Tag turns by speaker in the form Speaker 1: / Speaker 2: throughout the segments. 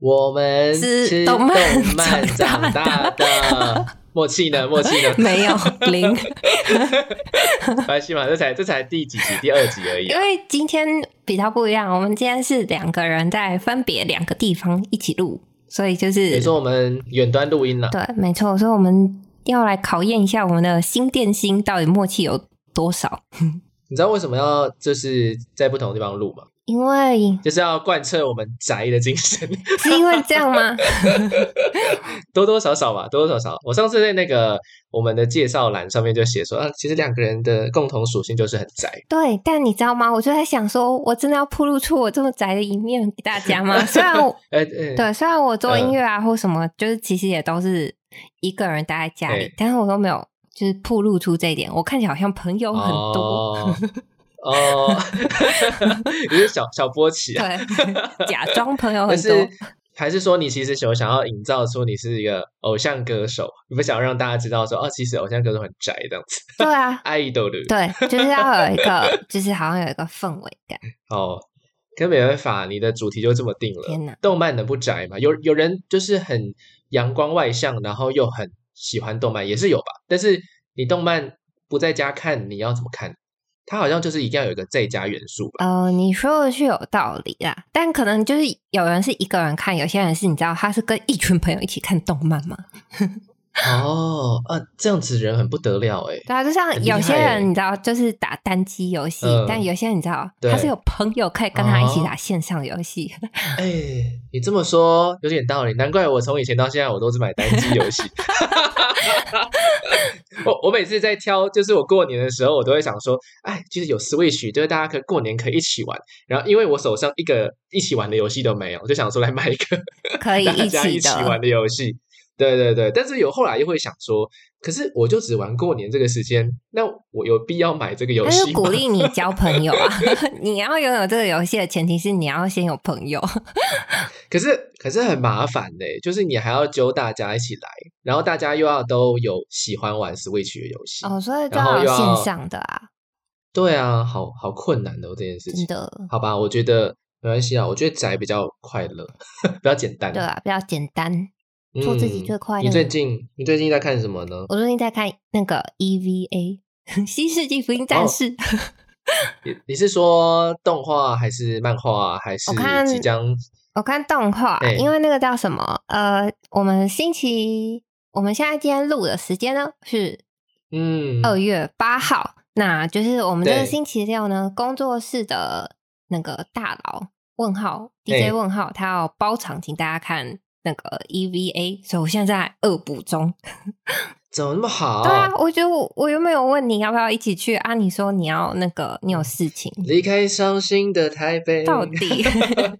Speaker 1: 我们
Speaker 2: 是
Speaker 1: 吃
Speaker 2: 动
Speaker 1: 动
Speaker 2: 漫
Speaker 1: 漫
Speaker 2: 长
Speaker 1: 长大
Speaker 2: 大？
Speaker 1: 的。默契呢？默契呢
Speaker 2: 没有 零，
Speaker 1: 没关系嘛，这才这才第几集？第二集而已啊
Speaker 2: 因。为今天比较不一样，我们今天是两个人在分别两个地方一起录，所以就
Speaker 1: 比
Speaker 2: 是
Speaker 1: 如说我们远端录音了，
Speaker 2: 对，没错，所以我们要来考验一下我们的心电心到底默契有多少，
Speaker 1: 你知道为什么要就是在不同的地方录吗？
Speaker 2: 因为
Speaker 1: 就是要贯彻我们宅的精神，
Speaker 2: 是因为这样吗？
Speaker 1: 多多少少吧，多多少少。我上次在那个我们的介绍栏上面就写说，啊，其实两个人的共同属性就是很宅。
Speaker 2: 对，但你知道吗？我就在想说，我真的要铺露出我这么宅的一面给大 家吗？虽然我
Speaker 1: 呃，对
Speaker 2: 对，虽然我做音
Speaker 1: 嗯
Speaker 2: 乐啊或什么，就是其实也都是一个人待在家里
Speaker 1: 对，
Speaker 2: 但是我都没有就是铺露出这一点。我看起来好像朋友很多，
Speaker 1: 哦，哦 你是小小波奇啊？
Speaker 2: 对， 假装朋友
Speaker 1: 但
Speaker 2: 哦很多。
Speaker 1: 是还是说你其实有想要营造出你是一个偶像歌手，你不想让大家知道说哦，其实偶像歌手很宅这样子，
Speaker 2: 对啊，
Speaker 1: 爱豆的
Speaker 2: 对，就是要有一个， 就是好像有一个氛围感。
Speaker 1: 哦。可没办法，你的主题就这么定了。
Speaker 2: 天哪，
Speaker 1: 动漫能不宅吗？有有人就是很阳光外向，然后又很喜欢动漫，也是有吧。但是你动漫不在家看，你要怎么看？它好像就是一定要有一个在家元素吧。
Speaker 2: 呃，你说的是有道理啦，但可能就是有人是一个人看，有些人是你知道他是跟一群朋友一起看动漫嘛，
Speaker 1: 哦，啊，这样子人很不得了哎。
Speaker 2: 对啊，就像
Speaker 1: 很厉
Speaker 2: 有些
Speaker 1: 害耶
Speaker 2: 人你知道，就是打单机游戏，
Speaker 1: 嗯
Speaker 2: 但有些人你知道
Speaker 1: 对啊
Speaker 2: 他是有朋友可以跟他一起打线上游戏。
Speaker 1: 哎，你这么说有点道理，难怪我从以前到现在我都是买单机游戏。 我我每次在挑，就是我过年的时候，我都会想说，哎，就是有 Switch，就是大家可以过年可以一起玩。然后因为我手上一个一起玩的游戏都没有，我就想说来买一个
Speaker 2: 可以
Speaker 1: 大
Speaker 2: 一
Speaker 1: 家
Speaker 2: 起
Speaker 1: 一起
Speaker 2: 的
Speaker 1: 玩的游戏。对对对，但是有后来又会想说，可是我就只玩过年这个时间，那我有必要买这个游
Speaker 2: 他
Speaker 1: 戏
Speaker 2: 是
Speaker 1: 吗
Speaker 2: 哎鼓？励你交朋友 啊！你要拥有这个游戏的前提是你要先有 朋友，
Speaker 1: 可是可是很麻烦呢、就是你还要揪大家一起来，然后大家又要都有喜欢玩 Switch 的游戏。
Speaker 2: 哦，所以就
Speaker 1: 然后
Speaker 2: 要有
Speaker 1: 又要
Speaker 2: 线上的啊，
Speaker 1: 对啊，好好困难的、哦、这件事
Speaker 2: 真
Speaker 1: 情。
Speaker 2: 的，
Speaker 1: 好吧，我觉得没关系啊，我觉得宅比较快乐， 比较简单。
Speaker 2: 对啊，比较简单。
Speaker 1: 嗯
Speaker 2: 做自己最快乐
Speaker 1: 你最近你最近在看什么呢？
Speaker 2: 我最近在看那个 EVA《新世纪福音
Speaker 1: 哦
Speaker 2: 战士》
Speaker 1: 你你是说动画还是漫画啊还是
Speaker 2: 我看
Speaker 1: 即将？
Speaker 2: 我看动画，
Speaker 1: 哎
Speaker 2: 因为那个叫什么？呃，我们星期我们现在今天录的时间呢是
Speaker 1: 嗯，
Speaker 2: 二月八号，那就是我们这个
Speaker 1: 对
Speaker 2: 星期六呢，工作室的那个大佬问号
Speaker 1: 哎
Speaker 2: DJ 问号，他要包场请大家看那个 EVA，所以我现在在恶补中。
Speaker 1: 怎么那么好？
Speaker 2: 对啊，我觉得我我原本有问你要不要一起去啊，你说你要那个你有
Speaker 1: 嗯
Speaker 2: 事情，
Speaker 1: 离开伤心的台北，
Speaker 2: 到 底
Speaker 1: 嗯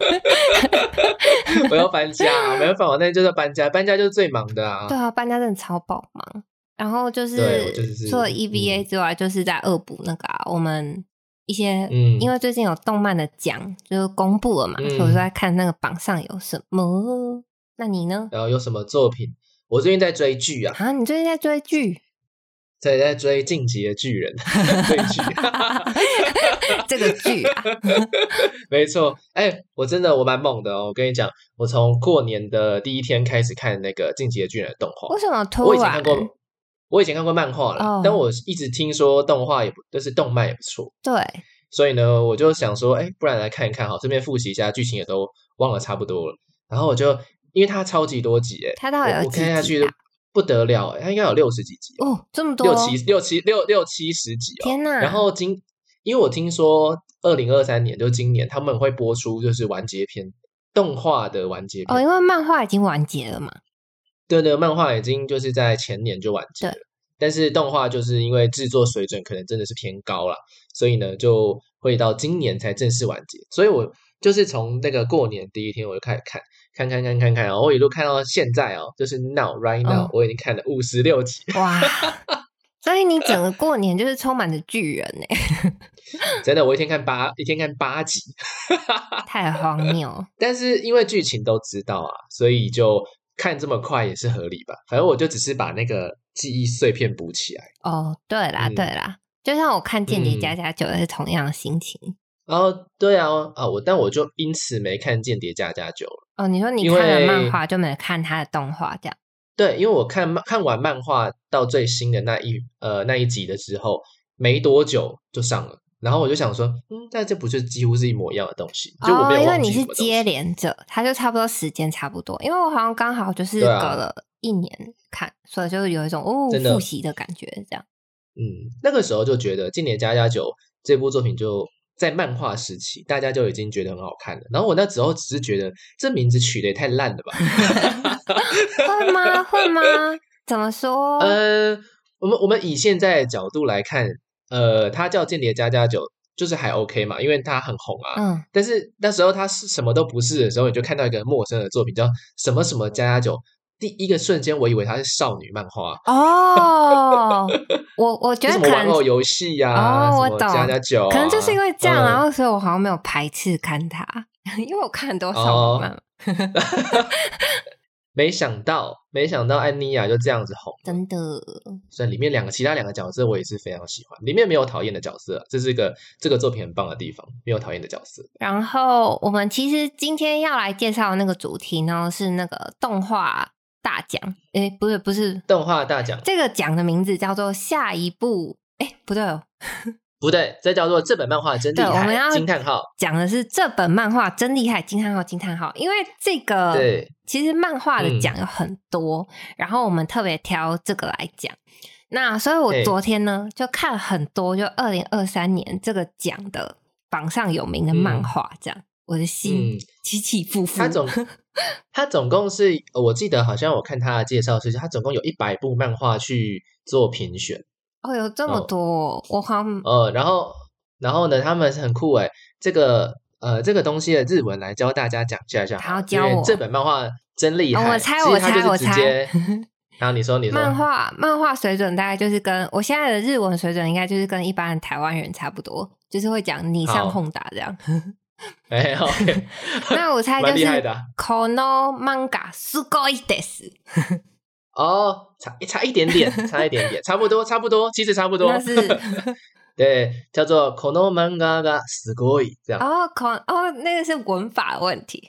Speaker 1: 我要搬家，没办法，我那天就是要搬家，搬家就是最忙的啊。
Speaker 2: 对啊，搬家真的超爆忙。然后就
Speaker 1: 对我
Speaker 2: 是
Speaker 1: 就是
Speaker 2: 除了 EVA
Speaker 1: 嗯
Speaker 2: 之外，就是在恶补那个、啊、我们一些，
Speaker 1: 嗯
Speaker 2: 因为最近有动漫的奖就是公布了嘛，
Speaker 1: 嗯
Speaker 2: 所以我就在看那个榜上有什么。那你呢？
Speaker 1: 然后有什么作品？我最近在追剧啊，
Speaker 2: 啊，你最近在追剧？
Speaker 1: 在在追《进击的巨人》 追 剧，
Speaker 2: 这个剧啊，
Speaker 1: 没错。哎、我真的我蛮猛的哦，我跟你讲，我从过年的第一天开始看那个《进击的巨人》的动画
Speaker 2: 为，什么突
Speaker 1: 我以前
Speaker 2: 然
Speaker 1: 看？过。我以前看过漫画了
Speaker 2: 哦
Speaker 1: 但我一直听说动画也不，就是动漫也不错，
Speaker 2: 对，
Speaker 1: 所以呢，我就想说，哎，不然来看一看好，顺便复习一下剧情，也都忘了差不多了。然后我就，因为它超级多集，哎，
Speaker 2: 它到底
Speaker 1: 我
Speaker 2: 有
Speaker 1: 我看下
Speaker 2: 几
Speaker 1: 去
Speaker 2: 集
Speaker 1: 都
Speaker 2: 啊？
Speaker 1: 不得了、欸，它应该有六十几集、哦，
Speaker 2: 哦，这么多
Speaker 1: 六！七六七六六七十集哦。
Speaker 2: 天哪！
Speaker 1: 然后今，因为我听说二零二三年，就今年他们会播出就是完结篇，动画的完结
Speaker 2: 哦，
Speaker 1: 篇。
Speaker 2: 因为漫画已经完结 了嘛，
Speaker 1: 对对，漫画已经就是在前年就完结了
Speaker 2: 对，
Speaker 1: 但是动画就是因为制作水准可能真的是偏高啦，所以呢就会到今年才正式完结。所以我就是从那个过年第一天我就开始看，看看看看看，然后我一路看到现在哦，就是 now right now，、
Speaker 2: 嗯
Speaker 1: 我已经看了五十六集，
Speaker 2: 哇！所以你整个过年就是充满着巨人呢、
Speaker 1: 真的，我一天看八一天看八集，
Speaker 2: 太 荒谬！
Speaker 1: 但是因为剧情都知道啊，所以就看这么快也是合理吧。反正我就只是把那个记忆碎片补起来。
Speaker 2: 哦，对啦，
Speaker 1: 嗯
Speaker 2: 对啦，就像我看《间谍加加酒》也是同样的心情。
Speaker 1: 然后对啊啊，我但我就因此没看《间谍加加酒》了，
Speaker 2: 哦，你说你
Speaker 1: 因
Speaker 2: 看了
Speaker 1: 为
Speaker 2: 漫画就没看他的动画，这样
Speaker 1: 对，因为我看漫看完漫画到最新的那一呃那一集的时候，没多久就上了，然后我就想说，嗯，那这不就几乎是一模一样的东西？就我没
Speaker 2: 哦，
Speaker 1: 有
Speaker 2: 因为
Speaker 1: 忘
Speaker 2: 你
Speaker 1: 记什
Speaker 2: 是
Speaker 1: 么东
Speaker 2: 接
Speaker 1: 西
Speaker 2: 连着，他就差不多时间差不多，因为我好像刚好就是
Speaker 1: 对
Speaker 2: 隔
Speaker 1: 啊
Speaker 2: 了一年看，所以就有一种哦
Speaker 1: 真的
Speaker 2: 复习的感觉，这样
Speaker 1: 嗯，那个时候就觉得《今年加加酒》这部作品就在漫画时期，大家就已经觉得很好看了。然后我那时候只是觉得这名字取得也太烂了 吧。
Speaker 2: 会吗？会吗？怎么说？
Speaker 1: 呃，我们我们以现在的角度来看，呃，它叫《间谍加加酒》，就是还 OK 嘛，因为它很红啊。
Speaker 2: 嗯，
Speaker 1: 但是那时候它是什么都不是的时候，你就看到一个陌生的作品叫什么什么加加酒，第一个瞬间我以为它是少女漫画，
Speaker 2: 哦，我我觉
Speaker 1: 就什
Speaker 2: 得可
Speaker 1: 么玩
Speaker 2: 能
Speaker 1: 偶游戏呀、
Speaker 2: 哦我
Speaker 1: 什么加
Speaker 2: 懂
Speaker 1: 加酒啊、
Speaker 2: 可能就是因为这样，啊
Speaker 1: 嗯
Speaker 2: 然后所以我好像没有排斥看他， 因为我看很多少
Speaker 1: 哦
Speaker 2: 女漫，
Speaker 1: 没想到，没想到安妮亚就这样子红。
Speaker 2: 真的
Speaker 1: 所以里面两个其他两个角色我也是非常喜欢，里面没有讨厌的角色，啊这是一个这个作品很棒的地方，没有讨厌的角色。
Speaker 2: 然后我们其实今天要来介绍的那个主题呢，是那个动画大奖。诶，不是不是，
Speaker 1: 动画大奖
Speaker 2: 这个奖的名字叫做下一步。诶，不对哦，
Speaker 1: 不对，这叫做这本漫画真厉
Speaker 2: 对，我们
Speaker 1: 害
Speaker 2: 要！
Speaker 1: 惊叹号，
Speaker 2: 讲的是这本漫画真厉害，惊叹号惊叹号。因为这个
Speaker 1: 对，
Speaker 2: 其实漫画的
Speaker 1: 嗯
Speaker 2: 奖有很多，然后我们特别挑这个来讲。那所以，我
Speaker 1: 嘿
Speaker 2: 昨天呢就看了很多，就二零二三年这个奖的榜上有名的漫画，这样、我的心
Speaker 1: 嗯
Speaker 2: 起起伏伏。
Speaker 1: 它总它总共是呃我记得好像我看它的介绍是它总共有一百部漫画去做评选，
Speaker 2: 哦，有这么
Speaker 1: 哦
Speaker 2: 多哦，我好像
Speaker 1: 呃，然后然后呢，他们是很酷诶，这个呃这个东西的日文来教大家讲一下下
Speaker 2: 好
Speaker 1: 了
Speaker 2: 教
Speaker 1: 因为
Speaker 2: 我
Speaker 1: 这本漫画真厉
Speaker 2: 哦
Speaker 1: 害，
Speaker 2: 我猜
Speaker 1: 其实
Speaker 2: 我
Speaker 1: 它
Speaker 2: 猜
Speaker 1: 就是
Speaker 2: 我
Speaker 1: 直
Speaker 2: 猜
Speaker 1: 接然后你说你说
Speaker 2: 漫画漫画水准大概就是跟我现在的日文水准，应该就是跟一般的台湾人差不多，就是会讲你上
Speaker 1: 好
Speaker 2: 轰打这样。
Speaker 1: 哎，OK，
Speaker 2: 那我猜就
Speaker 1: 蛮厉
Speaker 2: 是
Speaker 1: 害的啊
Speaker 2: kono manga sugoi des，
Speaker 1: 哦，差差一点点，差一点点，差不多，差不多，其实差不多。
Speaker 2: 那是
Speaker 1: 对，叫做 “kono manga ga sugoi” 这样。
Speaker 2: 哦 kon 哦那个是文法问题，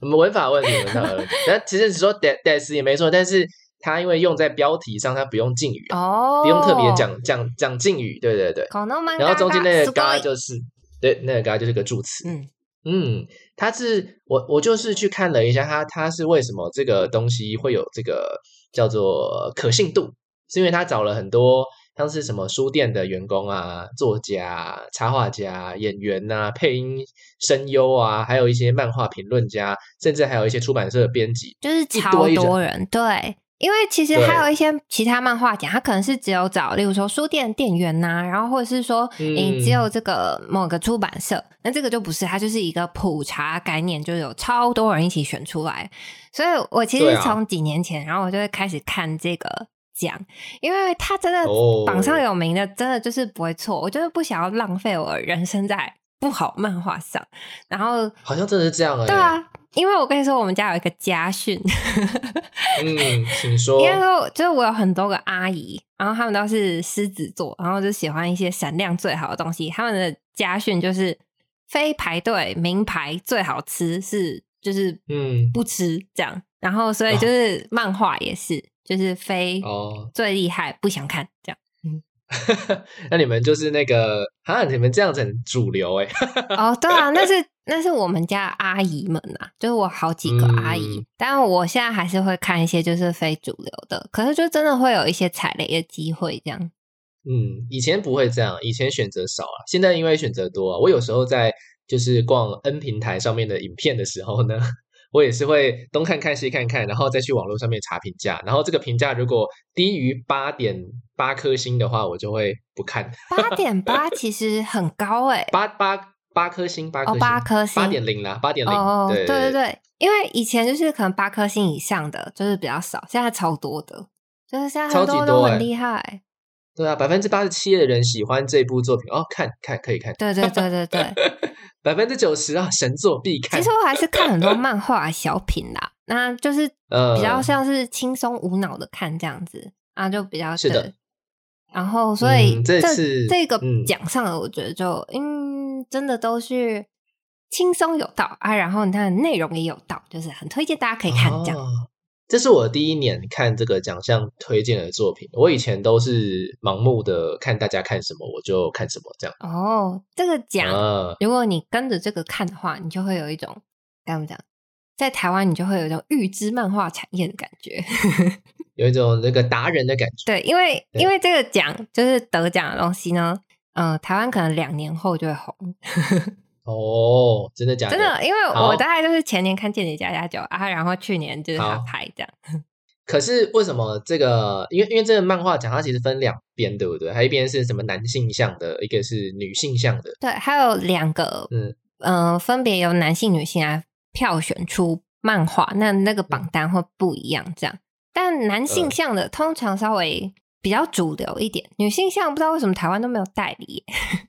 Speaker 1: 我们文法问题，文法问题。那其实你说 “des des” 也没错，但是它因为用在标题上，它不用敬语啊，
Speaker 2: 哦，
Speaker 1: 不用特别讲讲讲敬语。对对对。
Speaker 2: kono manga，
Speaker 1: 然后中间那个 “ga”
Speaker 2: sugoi
Speaker 1: 就是对，那个 “ga” 就是个助词。
Speaker 2: 嗯
Speaker 1: 嗯，它是我我就是去看了一下它，它是为什么这个东西会有这个叫做可信度，是因为他找了很多像是什么书店的员工啊、作家啊、插画家啊、演员呐、配音声优啊，还有一些漫画评论家，甚至还有一些出版社的编辑。
Speaker 2: 就是
Speaker 1: 一
Speaker 2: 超
Speaker 1: 堆
Speaker 2: 多人，对，因为其实
Speaker 1: 对
Speaker 2: 还有一些其他漫画奖，它可能是只有找，例如说书店店员呐、然后或者是说，
Speaker 1: 嗯
Speaker 2: 诶、只有这个某个出版社，那这个就不是，它就是一个普查概念，就有超多人一起选出来。所以我其
Speaker 1: 对
Speaker 2: 实
Speaker 1: 啊
Speaker 2: 从几年前，然后我就会开始看这个奖，因为它真的
Speaker 1: 哦
Speaker 2: 榜上有名的，真的就是不会错。我就是不想要浪费我的人生在不好漫画上，然后
Speaker 1: 好像真的是这样哎、
Speaker 2: 对啊，因为我跟你说，我们家有一个家训，
Speaker 1: 嗯，请 说
Speaker 2: 应。该说就是我有很多个阿姨，然后她们都是狮子座，然后就喜欢一些闪亮最好的东西。她们的家训就是非排队名牌最好吃是就是
Speaker 1: 嗯，
Speaker 2: 不吃这样，然后所以就是漫画也是就是非
Speaker 1: 哦，
Speaker 2: 最厉害不想看这样。
Speaker 1: 那你们就是那个啊，你们这样子很主流哎、
Speaker 2: 哦，对啊，那是那是我们家阿姨们啊，就是我好几个阿姨，
Speaker 1: 嗯
Speaker 2: 但我现在还是会看一些就是非主流的，可是就真的会有一些踩雷的机会这样。
Speaker 1: 嗯，以前不会这样，以前选择少啊，现在因为选择多啊，我有时候在就是逛 N 平台上面的影片的时候呢， 我也是会东看看西看看，然后再去网络上面查评价，然后这个评价如果低于八点八颗星的话，我就会不看。
Speaker 2: 八点八其实很高哎、
Speaker 1: 八八八颗星，八颗
Speaker 2: 哦
Speaker 1: 星，
Speaker 2: 八颗星
Speaker 1: 八点零啦，八点零，
Speaker 2: 哦，
Speaker 1: 对
Speaker 2: 对对对，因为以前就是可能八颗星以上的就是比较少，现在超多的，就是现在很
Speaker 1: 超级
Speaker 2: 多都
Speaker 1: 多
Speaker 2: 很
Speaker 1: 欸
Speaker 2: 厉害、
Speaker 1: 对啊，百分之八十七的人喜欢这部作品哦，看看可以看，
Speaker 2: 对对对 对对，
Speaker 1: 百分之九十啊，神作必看
Speaker 2: 其实。我还是看很多漫画小品啦，那就是
Speaker 1: 嗯
Speaker 2: 比较像是轻松无脑的看这样子啊，就比较
Speaker 1: 是的
Speaker 2: 对。然后，所以
Speaker 1: 嗯
Speaker 2: 这、
Speaker 1: 这次
Speaker 2: 这个
Speaker 1: 嗯
Speaker 2: 奖上，我觉得就嗯，真的都是轻松有道啊，然后它的内容也有道，就是很推荐大家可以看这样。
Speaker 1: 哦这是我第一年看这个奖项推荐的作品，我以前都是盲目的看大家看什么我就看什么这样。
Speaker 2: 哦，这个奖，
Speaker 1: 啊，
Speaker 2: 如果你跟着这个看的话，你就会有一种该怎么讲，在台湾你就会有一种预知漫画产业的感觉。
Speaker 1: 有一种那个达人的感觉。
Speaker 2: 对，因为
Speaker 1: 对
Speaker 2: 因为这个奖就是得奖的东西呢，呃，台湾可能两年后就会红，
Speaker 1: 哦，真的假
Speaker 2: 真的，因为我
Speaker 1: 好
Speaker 2: 大概就是前年看《间谍加加酒》啊，然后去年就是他
Speaker 1: 好
Speaker 2: 拍这样，
Speaker 1: 可是为什么这个？因为因为这个漫画奖它其实分两边，对不对？它一边是什么男性向的，一个是女性向的。
Speaker 2: 对，还有两个，
Speaker 1: 嗯
Speaker 2: 呃，分别由男性、女性来票选出漫画，那那个榜单会不一样，这样。但男性
Speaker 1: 嗯
Speaker 2: 向的通常稍微比较主流一点，女性向不知道为什么台湾都没有代理耶。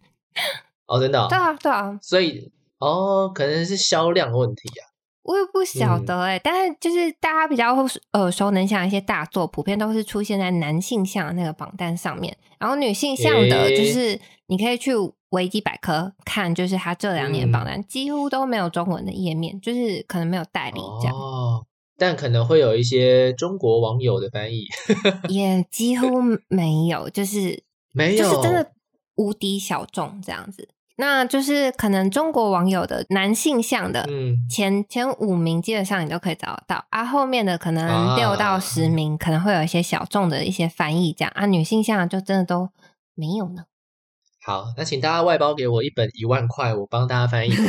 Speaker 1: 哦，真的、哦。
Speaker 2: 对啊，对啊，
Speaker 1: 所以哦，可能是销量问题啊。
Speaker 2: 我也不晓
Speaker 1: 嗯
Speaker 2: 得哎、但是就是大家比较耳熟能详的一些大作，普遍都是出现在男性向的那个榜单上面，然后女性向的，
Speaker 1: 诶
Speaker 2: 就是你可以去维基百科看，就是它这两年
Speaker 1: 嗯
Speaker 2: 榜单、几乎都没有中文的页面，就是可能没有代理这样。
Speaker 1: 哦，但可能会有一些中国网友的翻译，
Speaker 2: 也几乎没有，就是
Speaker 1: 没
Speaker 2: 就
Speaker 1: 有，
Speaker 2: 是真的无敌小众这样子。那就是可能中国网友的男性向的
Speaker 1: 嗯
Speaker 2: 前、前五名，基本上你都可以找得到啊。后面的可能
Speaker 1: 啊
Speaker 2: 六到十名，可能会有一些小众的一些翻译这样啊。女性向的就真的都没有呢。
Speaker 1: 好，那请大家外包给我一本一万块，我帮大家翻译。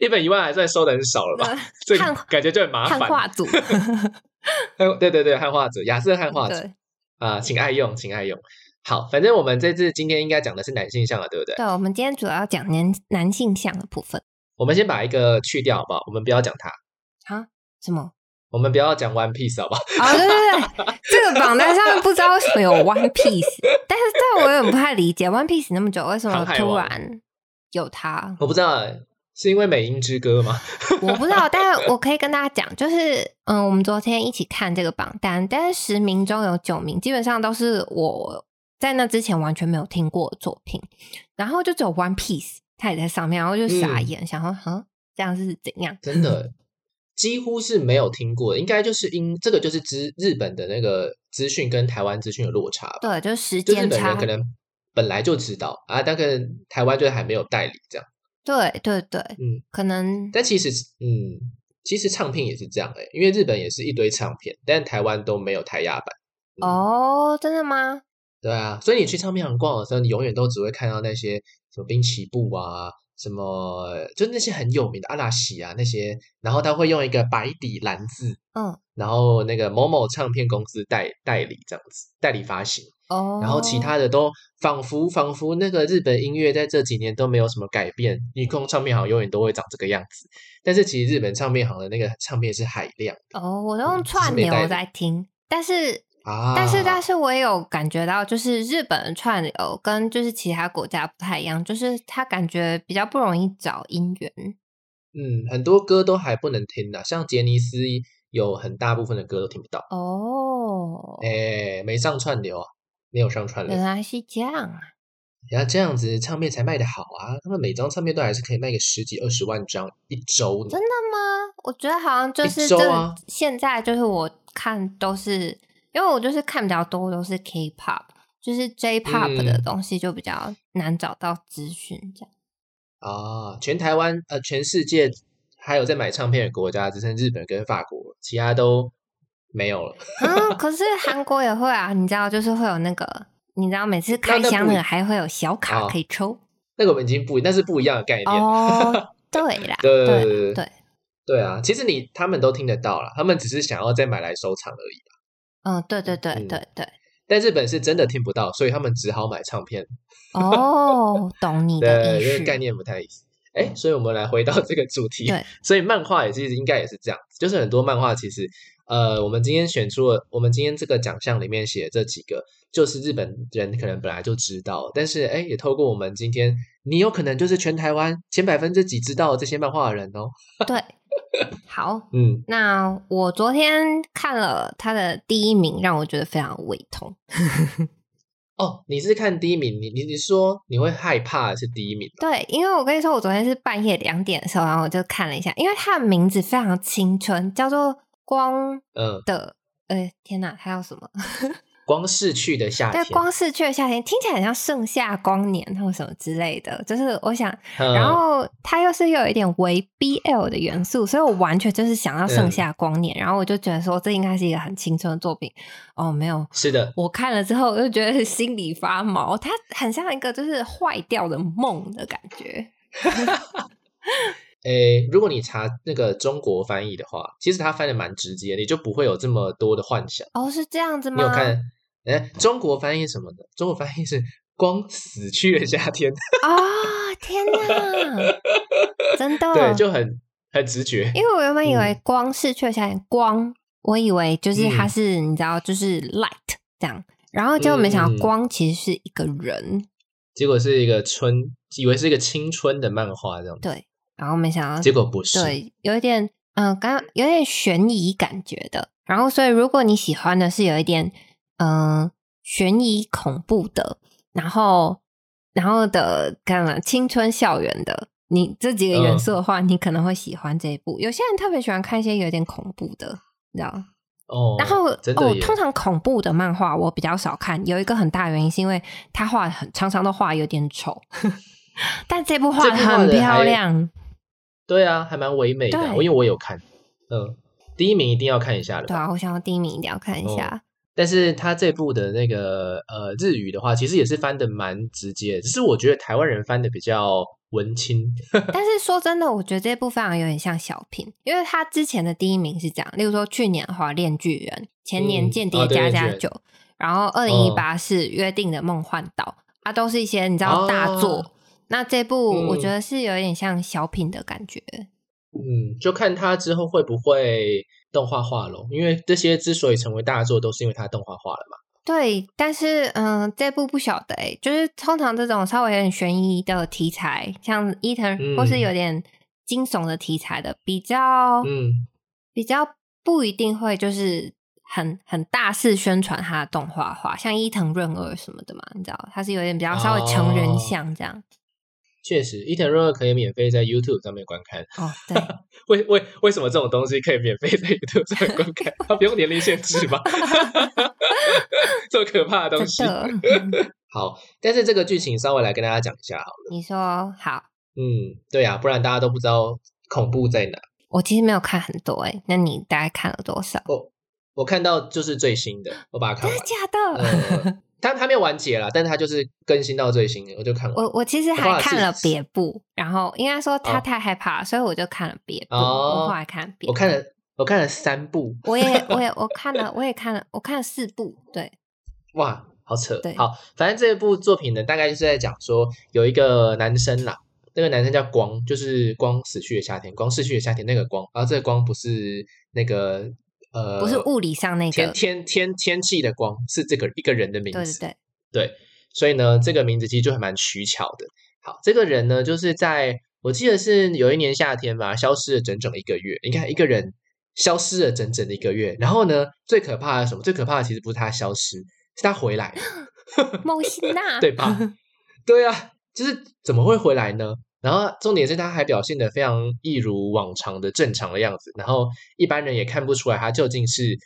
Speaker 1: 一本一万还算收的很少了吧？这
Speaker 2: 呃汉
Speaker 1: 感觉就很麻
Speaker 2: 汉
Speaker 1: 烦。
Speaker 2: 化组，
Speaker 1: 汉对对对，汉化组，亚瑟汉化组
Speaker 2: 对
Speaker 1: 啊、请爱用，请爱用。好，反正我们这次今天应该讲的是男性向了，对不对？
Speaker 2: 对，我们今天主要讲男男性向的部分。
Speaker 1: 我们先把一个去掉好不好？我们不要讲它，
Speaker 2: 啊？什么？
Speaker 1: 我们不要讲 One Piece 好不好？
Speaker 2: 哦，对对对，这个榜单上面不知道为什么有 One Piece，但是但我有点不太理解 One Piece 那么久，为什么
Speaker 1: 航海
Speaker 2: 突
Speaker 1: 王
Speaker 2: 然有它？
Speaker 1: 我不知道欸，是因为美音之歌吗？
Speaker 2: 我不知道，但我可以跟大家讲，就是嗯，我们昨天一起看这个榜单，但是十名中有九名基本上都是我在那之前完全没有听过的作品，然后就只有 One Piece 它也在上面，然后就傻
Speaker 1: 嗯
Speaker 2: 眼，想说嗯，这样是怎样？
Speaker 1: 真的几乎是没有听过的，应该就是因这个就是资日本的那个资讯跟台湾资讯的落差吧。
Speaker 2: 对，就是时
Speaker 1: 就日
Speaker 2: 间
Speaker 1: 本
Speaker 2: 差
Speaker 1: 人可能本来就知道啊，但可能台湾就还没有代理这样。
Speaker 2: 对对对，
Speaker 1: 嗯
Speaker 2: 可能
Speaker 1: 但其实，嗯，其实唱片也是这样哎、因为日本也是一堆唱片，但台湾都没有台压版。嗯
Speaker 2: 哦，真的吗？
Speaker 1: 对啊，所以你去唱片行逛的时候，你永远都只会看到那些什么滨崎步啊，什么就那些很有名的阿拉西啊那些，然后他会用一个白底蓝字，
Speaker 2: 嗯，
Speaker 1: 然后那个某某唱片公司代代理这样子，代理发行，
Speaker 2: 哦，
Speaker 1: 然后其他的都仿佛仿佛那个日本音乐在这几年都没有什么改变，一空唱片行永远都会长这个样子，但是其实日本唱片行的那个唱片是海量的
Speaker 2: 哦，我都
Speaker 1: 嗯
Speaker 2: 用
Speaker 1: 就是
Speaker 2: 串
Speaker 1: 没
Speaker 2: 流
Speaker 1: 代理
Speaker 2: 在听，但是
Speaker 1: 啊，
Speaker 2: 但是但是我也有感觉到，就是日本的串流跟就是其他国家不太一样，就是他感觉比较不容易找音源。
Speaker 1: 嗯，很多歌都还不能听呢、像杰尼斯有很大部分的歌都听不到，
Speaker 2: 哦，嗯
Speaker 1: 哎，没上串流啊，没有上串流
Speaker 2: 原，来是这样啊！
Speaker 1: 然后这样子唱片才卖得好啊，他们每张唱片都还是可以卖个十几二十万张一周呢，
Speaker 2: 真的吗？我觉得好像就
Speaker 1: 一
Speaker 2: 是
Speaker 1: 周
Speaker 2: 这个、
Speaker 1: 啊
Speaker 2: 现在就是我看都是，因为我就是看比较多都是 K-pop，就是 J-pop 的
Speaker 1: 嗯
Speaker 2: 东西就比较难找到资讯，这样
Speaker 1: 啊，全台湾呃，全世界还有在买唱片的国家，只剩日本跟法国，其他都没有了。
Speaker 2: 啊，可是韩国也会啊，你知道，就是会有那个，你知道每次开
Speaker 1: 那
Speaker 2: 箱
Speaker 1: 不
Speaker 2: 那
Speaker 1: 一
Speaker 2: 个还会有小卡
Speaker 1: 哦
Speaker 2: 可以抽
Speaker 1: 那个我们已经不，那是不一样的概念。
Speaker 2: 哦。 对啦，
Speaker 1: 对
Speaker 2: 对啦
Speaker 1: 对
Speaker 2: 对，
Speaker 1: 对啊，其实你他们都听得到啦，他们只是想要再买来收藏而已。
Speaker 2: 嗯，对对对
Speaker 1: 嗯
Speaker 2: 对对，
Speaker 1: 但日本是真的听不到，所以他们只好买唱片。
Speaker 2: 哦， 懂你的
Speaker 1: 对，
Speaker 2: 意
Speaker 1: 这个概
Speaker 2: 思。
Speaker 1: 念不太一样。哎，所以我们来回到这个主题。
Speaker 2: 对，
Speaker 1: 所以漫画也是应该也是这样子，就是很多漫画其实，呃，我们今天选出了我们今天这个奖项里面写的这几个，就是日本人可能本来就知道，但是哎，也透过我们今天，你有可能就是全台湾前百分之几知道这些漫画的人哦。
Speaker 2: 对，好，
Speaker 1: 嗯，
Speaker 2: 那我昨天看了他的第一名，让我觉得非常胃痛。
Speaker 1: 哦，你是看第一名，你你你说你会害怕的是第一名吧，
Speaker 2: 对，因为我跟你说，我昨天是半夜两点的时候，然后我就看了一下，因为它的名字非常青春，叫做光
Speaker 1: 嗯，
Speaker 2: 的，呃，天哪，还有什么？
Speaker 1: 光逝去的夏
Speaker 2: 对
Speaker 1: 天，，
Speaker 2: 光逝去的夏天，听起来很像盛夏光年或什么之类的，就是我想，
Speaker 1: 嗯
Speaker 2: 然后它又是又有一点为 BL 的元素，所以我完全就是想要盛
Speaker 1: 嗯
Speaker 2: 夏光年，然后我就觉得说这应该是一个很青春的作品，哦，没有。
Speaker 1: 是的，
Speaker 2: 我看了之后，我就觉得心里发毛，它很像一个就是坏掉的梦的感觉。
Speaker 1: 诶，如果你查那个中国翻译的话，其实他翻的蛮直接，你就不会有这么多的幻想。
Speaker 2: 哦，是这样子吗？
Speaker 1: 你有看？哎，中国翻译什么的？中国翻译是光死去的夏天，
Speaker 2: 啊、天 哪，真的？哦
Speaker 1: 对，就很很直觉。
Speaker 2: 因为我原本以为
Speaker 1: 嗯
Speaker 2: 光是却下眼光，我以为就是它
Speaker 1: 嗯
Speaker 2: 是、你知道，就是 light 这样，然后结果没想
Speaker 1: 嗯嗯
Speaker 2: 到
Speaker 1: 嗯
Speaker 2: 光其实是一个人，
Speaker 1: 结果是一个春，以为是一个青春的漫画这样，
Speaker 2: 对，然后没想到
Speaker 1: 结果不是。
Speaker 2: 对，有一点嗯，刚、有点悬疑感觉的。然后，所以如果你喜欢的是有一点嗯、呃悬疑恐怖的，然后然后的干嘛青春校园的，你这几个元
Speaker 1: 嗯
Speaker 2: 素的话，你可能会喜欢这一部。有些人特别喜欢看一些有点恐怖的，你知道吗？
Speaker 1: 哦，
Speaker 2: 然后
Speaker 1: 真的
Speaker 2: 哦，
Speaker 1: 耶，
Speaker 2: 通常恐怖的漫画我比较少看，有一个很大原因是因为他画得很常常都画得有点丑， 但这部画
Speaker 1: 这
Speaker 2: 得
Speaker 1: 部画
Speaker 2: 很
Speaker 1: 得
Speaker 2: 漂
Speaker 1: 还
Speaker 2: 亮。
Speaker 1: 对啊，还蛮唯美的啊、
Speaker 2: 对
Speaker 1: 我因为我有看，嗯，第一名一定要看一下的
Speaker 2: 对
Speaker 1: 吧。
Speaker 2: 啊，我想要第一名一定要看一下。
Speaker 1: 但是他这部的那个呃日语的话，其实也是翻的蛮直接的，只是我觉得台湾人翻的比较文青，
Speaker 2: 但是说真的，我觉得这部分啊有点像小品，因为他之前的第一名是这样，例如说去年的话《恋巨人》，前年
Speaker 1: 嗯
Speaker 2: 《间
Speaker 1: 哦
Speaker 2: 谍
Speaker 1: 对
Speaker 2: 加
Speaker 1: 恋巨
Speaker 2: 加
Speaker 1: 人哦
Speaker 2: 酒》然后二零一八是《约定的梦幻岛》啊，都是一些你知道大作。
Speaker 1: 哦
Speaker 2: 那这部我
Speaker 1: 嗯
Speaker 2: 觉得是有点像小品的感觉，
Speaker 1: 嗯，就看他之后会不会动画化咯，因为这些之所以成为大作，都是因为他动画化了嘛。
Speaker 2: 对，但是嗯，这部不晓得哎、就是通常这种稍微有点悬疑的题材，像伊藤、或是
Speaker 1: 嗯
Speaker 2: 有点惊悚的题材的，比较
Speaker 1: 嗯，
Speaker 2: 比较不一定会就是很很大肆宣传他的动画化，像伊藤润二什么的嘛，你知道，他是有点比较稍微成
Speaker 1: 哦
Speaker 2: 人像这样。
Speaker 1: 确实，伊藤润二可以免费在 YouTube 上面观看。
Speaker 2: 哦对，
Speaker 1: 为为为什么这种东西可以免费在 YouTube 上面观看？它不用年龄限制吧？ 这么可怕 的东西
Speaker 2: 真。的。嗯
Speaker 1: 好，但是这个剧情稍微来跟大家讲一下好了。
Speaker 2: 你说好，
Speaker 1: 嗯，对啊，不然大家都不知道恐怖在哪。
Speaker 2: 我其实没有看很多哎、那你大概看了多少？
Speaker 1: 我看到就是最新的，我把它看
Speaker 2: 真的
Speaker 1: 完。
Speaker 2: 假的？
Speaker 1: 呃，它它没有完结啦，但是它就是更新到最新的，我就看完了。
Speaker 2: 我我其实
Speaker 1: 我忘
Speaker 2: 还
Speaker 1: 了
Speaker 2: 看
Speaker 1: 是
Speaker 2: 了别部，然后应该说他
Speaker 1: 哦
Speaker 2: 太害怕了，所以我就看了别部。
Speaker 1: 哦
Speaker 2: 我后来看别，
Speaker 1: 我看，了我看了三部，
Speaker 2: 我也我也我看了，我也看了，我看了四部。 对，
Speaker 1: 哇，好扯
Speaker 2: 对。
Speaker 1: 好，反正这部作品呢，大概就是在讲说有一个男生啦，那个男生叫光，就是光死去的夏天，光逝去的夏天那个光，然后这个光不是那个呃，
Speaker 2: 不是物理上那
Speaker 1: 天
Speaker 2: 个，
Speaker 1: 天天天气的光，是这个一个人的名
Speaker 2: 对对
Speaker 1: 字。
Speaker 2: 对，
Speaker 1: 对，所以呢，这个名字其实就还蛮取巧的。好，这个人呢，就是在我记得是有一年夏天吧，消失了整整一个月。你看，一个人消失了整整的一个月，然后呢，最可怕的是什么？最可怕的其实不是他消失，是他回来了，
Speaker 2: 梦欣 娜，
Speaker 1: 对吧？对啊，就是怎么会回来呢？然后重点是他还表现得非常一如往常的正常的样子，然后一般人也看不出来他究竟是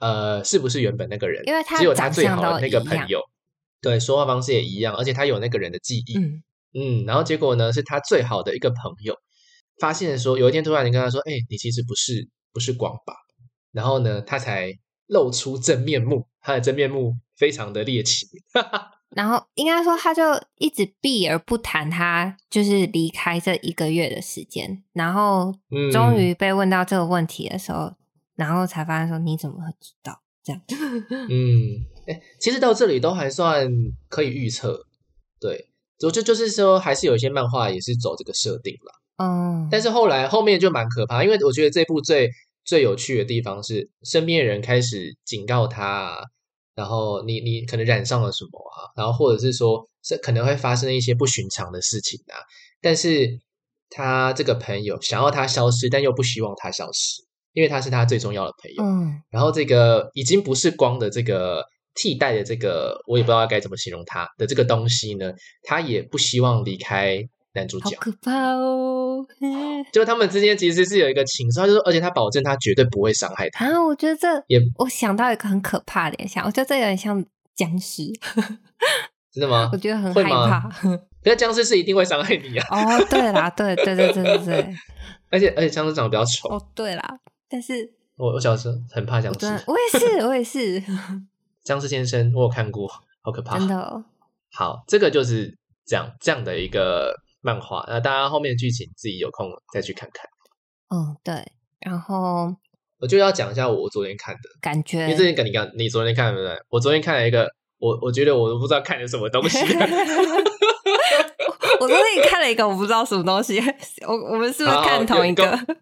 Speaker 1: 呃是不是原本那个人，
Speaker 2: 因为他
Speaker 1: 只有他
Speaker 2: 长
Speaker 1: 最
Speaker 2: 相
Speaker 1: 好的
Speaker 2: 都
Speaker 1: 那个
Speaker 2: 一
Speaker 1: 朋
Speaker 2: 样
Speaker 1: 友，对，说话方式也一样，而且他有那个人的记忆，
Speaker 2: 嗯，
Speaker 1: 嗯，然后结果呢，是他最好的一个朋友发现说，有一天突然你跟他说：“哎、你其实不是不是光吧？”然后呢，他才露出真面目，他的真面目非常的猎奇。
Speaker 2: 然后应该说，他就一直避而不谈他就是离开这一个月的时间，然后
Speaker 1: 嗯，
Speaker 2: 终于被问到这个问题的时候，然后才发现说你怎么会知道？这样，
Speaker 1: 嗯，哎、其实到这里都还算可以预测，对，就就就是说，还是有一些漫画也是走这个设定啦。
Speaker 2: 嗯，
Speaker 1: 但
Speaker 2: 是
Speaker 1: 是后来后面就蛮可怕，因为我觉得这部最最有趣的地方是，身边的人开始警告他啊，然后你你可能染上了什么啊，然后或者是说这可能会发生一些不寻常的事情啊，但是他这个朋友想要他消失，但又不希望他消失，因为他是他最重要的朋友。
Speaker 2: 嗯，
Speaker 1: 然后这个已经不是光的这个替代的这个，我也不知道该怎么形容它的这个东西呢，他也不希望离开男主
Speaker 2: 好
Speaker 1: 角。
Speaker 2: 可怕哦！嗯
Speaker 1: 就他们之间其实是有一个情愫，他就说，而且他保证他绝对不会伤害他。
Speaker 2: 啊，我觉得这
Speaker 1: 也
Speaker 2: 我想到一个很可怕的联想，我觉得这有点像僵尸，
Speaker 1: 真的吗
Speaker 2: 我？觉得很
Speaker 1: 会
Speaker 2: 害
Speaker 1: 吗
Speaker 2: 怕。
Speaker 1: 可是僵尸是一定会伤害你啊！
Speaker 2: 哦，对啦，对对对对对对，
Speaker 1: 而且而且僵尸长得比较丑，
Speaker 2: 哦对啦，但是
Speaker 1: 我我小时候很怕僵
Speaker 2: 我真的
Speaker 1: 尸。
Speaker 2: 我也是我也是
Speaker 1: 僵尸先生我有看过，好可怕
Speaker 2: 真。的哦
Speaker 1: 好，这个就是这样这样的一个漫画。那大家后面的剧情自己有空再去看看。
Speaker 2: 嗯对，然后
Speaker 1: 我就要讲一下我昨天看的，
Speaker 2: 感
Speaker 1: 因
Speaker 2: 觉
Speaker 1: 为之前跟你讲，你昨天看了对不对？我昨天看了一个，我我觉得我都不知道看了什么 东西。
Speaker 2: 我昨天也看了一个我不知道什么东西，我我们是不是
Speaker 1: 好好
Speaker 2: 看同一
Speaker 1: 啊哦跟
Speaker 2: 个？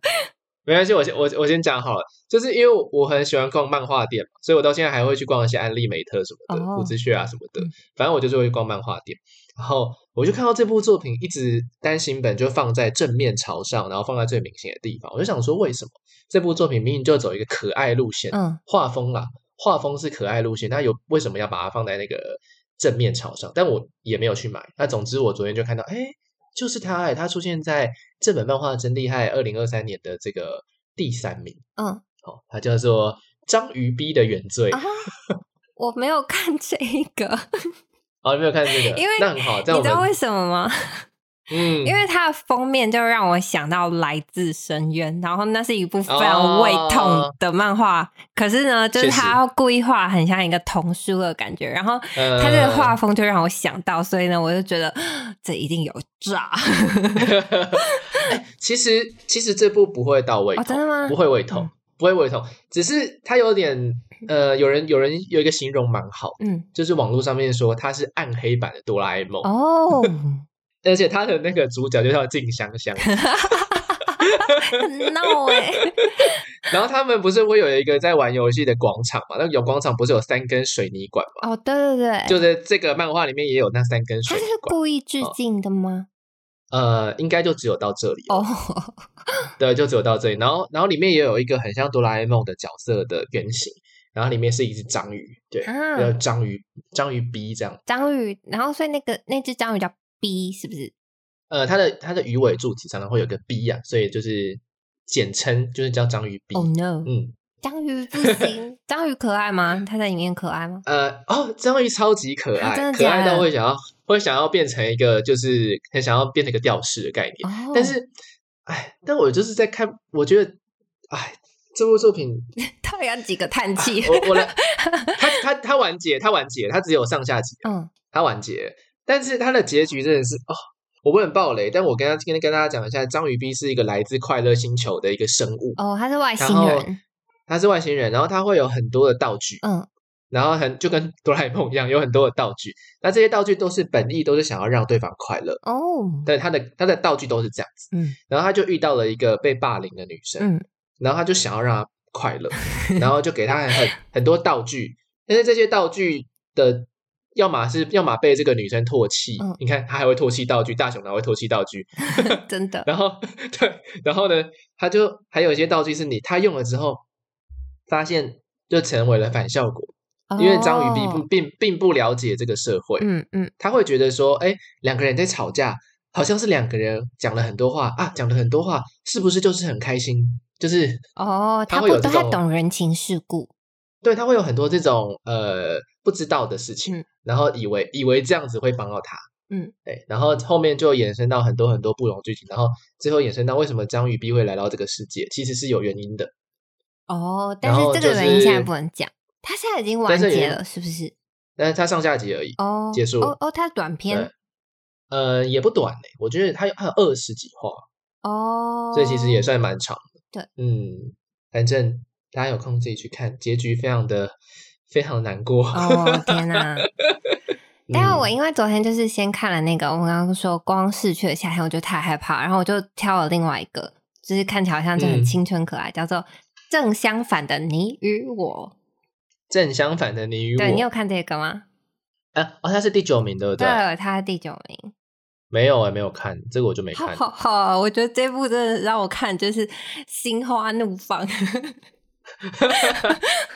Speaker 1: 没关系，我先我我先讲好了，就是因为我很喜欢逛漫画店嘛，所以我到现在还会去逛一些安利美特什么的，
Speaker 2: 哦
Speaker 1: 虎之穴啊什么的
Speaker 2: 嗯，
Speaker 1: 反正我就是会去逛漫画店。然后我就看到这部作品一直单行本就放在正面朝上，然后放在最明显的地方，我就想说为什么这部作品明明就走一个可爱路线，
Speaker 2: 嗯
Speaker 1: 画风啦，画风是可爱路线，那有为什么要把它放在那个正面朝上？但我也没有去买。那总之我昨天就看到，哎，就是它，哎，它出现在这本漫画真厉害二零二三年的这个第三名，
Speaker 2: 嗯
Speaker 1: 哦，它叫做《章鱼逼的原罪》
Speaker 2: 啊。，我没有看这一个，
Speaker 1: 哦，你没有看这个，
Speaker 2: 因为
Speaker 1: 那很好，这样
Speaker 2: 你
Speaker 1: 我
Speaker 2: 知道为
Speaker 1: 们
Speaker 2: 什么吗？
Speaker 1: 嗯，
Speaker 2: 因为它的封面就让我想到《来自深渊》，然后那是一部非常
Speaker 1: 哦
Speaker 2: 胃痛的漫画。可是呢，就是他故意画很像一个童书的感觉，然后
Speaker 1: 嗯呃
Speaker 2: 他这个画风就让我想到，所以呢，我就觉得这一定有诈。
Speaker 1: 呃，哎其实其实这部不会到胃
Speaker 2: 哦，
Speaker 1: 痛
Speaker 2: 真，的吗
Speaker 1: 不？会胃痛
Speaker 2: 嗯，
Speaker 1: 不会胃痛，只是它有点呃，有人有人有一个形容蛮好。
Speaker 2: 嗯，
Speaker 1: 就是网络上面说它是暗黑版的哆啦 A 梦，
Speaker 2: 哦，
Speaker 1: 而且它的那个主角就叫静香香。
Speaker 2: 很闹哎、
Speaker 1: 然后他们不是会有一个在玩游戏的广场嘛？那有广场不是有三根水泥管嘛？
Speaker 2: 哦，对对对，
Speaker 1: 就是这个漫画里面也有那三根
Speaker 2: 他
Speaker 1: 水
Speaker 2: 是
Speaker 1: 泥管。嗯
Speaker 2: 故意致敬的吗？
Speaker 1: 呃，应该就只有到这里了。
Speaker 2: 哦，
Speaker 1: 对，就只有到这里。然后，然后里面也有一个很像哆啦 A 梦的角色的原型，然后里面是一只章鱼，对，
Speaker 2: 啊
Speaker 1: 叫章鱼章鱼 B 这样。
Speaker 2: 章鱼，然后所以那个那只章鱼叫 B 是不是？
Speaker 1: 呃，它的它的鱼尾柱体常常会有个 B 啊，所以就是简称就是叫章鱼 B。
Speaker 2: 哦、no，
Speaker 1: 嗯，
Speaker 2: 章鱼 不行，章鱼可爱吗？它在里面可爱吗？
Speaker 1: 呃，哦，章鱼超级可爱，
Speaker 2: 啊真的
Speaker 1: 可爱
Speaker 2: 假的
Speaker 1: 到会想要会想要变成一个，就是很想要变成一个吊饰的概念。
Speaker 2: 哦，
Speaker 1: 但是，哎，但我就是在看，我觉得，哎，这部作品，
Speaker 2: 到底要几个叹 气？
Speaker 1: 我我来，它它它完结，它完结，它只有上下集，
Speaker 2: 嗯，
Speaker 1: 它完结，但是它的结局真的是哦。我不能暴雷，但我跟他今天跟大家讲一下，章鱼 B 是一个来自快乐星球的一个生物，
Speaker 2: 哦，他是外星
Speaker 1: 然后
Speaker 2: 人，
Speaker 1: 它是外星人，然后它会有很多的道具，
Speaker 2: 嗯
Speaker 1: 然后很就跟 哆啦 A 梦一样，有很多的道具。那这些道具都是本意都是想要让对方快乐，
Speaker 2: 哦，
Speaker 1: 但他的他的道具都是这样子。
Speaker 2: 嗯
Speaker 1: 然后他就遇到了一个被霸凌的女生，
Speaker 2: 嗯
Speaker 1: 然后他就想要让她快 乐，然后就给她很很多道具，但是这些道具的。要么是，要么被这个女生唾弃。
Speaker 2: 嗯
Speaker 1: 你看，他还会唾弃道具，大雄哪会唾弃道具？
Speaker 2: 真的，
Speaker 1: 然后对，然后呢，他就还有一些道具是你他用了之后，发现就成为了反效果。 因为章鱼并不
Speaker 2: 哦，
Speaker 1: 并并不了解这个社会，
Speaker 2: 嗯嗯
Speaker 1: 他会觉得说，哎，两个人在吵架，好像是两个人讲了很多话啊，讲了很多话，是不是就是很开心？就是
Speaker 2: 哦，
Speaker 1: 他
Speaker 2: 他
Speaker 1: 会有
Speaker 2: 不
Speaker 1: 这
Speaker 2: 太
Speaker 1: 种
Speaker 2: 懂人情世故，
Speaker 1: 对他会有很多这种呃不知道的事情，
Speaker 2: 嗯
Speaker 1: 然后以为以为这样子会帮到他，
Speaker 2: 嗯，
Speaker 1: 对，然后后面就衍生到很多很多不同剧情，然后最后衍生到为什么章鱼 B 会来到这个世界，其实是有原因的。
Speaker 2: 哦，
Speaker 1: 然
Speaker 2: 但是
Speaker 1: 后
Speaker 2: 这
Speaker 1: 就
Speaker 2: 个原因现在
Speaker 1: 是
Speaker 2: 不能讲，他现在已经完
Speaker 1: 但是
Speaker 2: 结
Speaker 1: 也
Speaker 2: 了，是不是？
Speaker 1: 但是它上下集而已，
Speaker 2: 哦，
Speaker 1: 结束
Speaker 2: 哦哦，它是短
Speaker 1: 对
Speaker 2: 片，
Speaker 1: 呃，也不短嘞、我觉得它有它有二十几话，
Speaker 2: 哦，
Speaker 1: 所以其实也算蛮长
Speaker 2: 对
Speaker 1: 的。对，嗯，反正大家有空自己去看，结局非常的非常难过。
Speaker 2: 哦，天哪！但是我
Speaker 1: 嗯
Speaker 2: 因为昨天就是先看了那个，我刚刚说《光逝去的夏天》，我就太害怕，然后我就挑了另外一个，就是看起来好像就很
Speaker 1: 嗯
Speaker 2: 青春可爱，叫做《正相反的你与我
Speaker 1: 正相反的你与》。我，
Speaker 2: 对你有看这个吗？
Speaker 1: 啊？哦，他是第九名，对不对？
Speaker 2: 对，它是第九名。
Speaker 1: 没有哎、没有看这个，我就没
Speaker 2: 好啊
Speaker 1: 看。
Speaker 2: 好好，我觉得这部真的让我看就是心花怒放。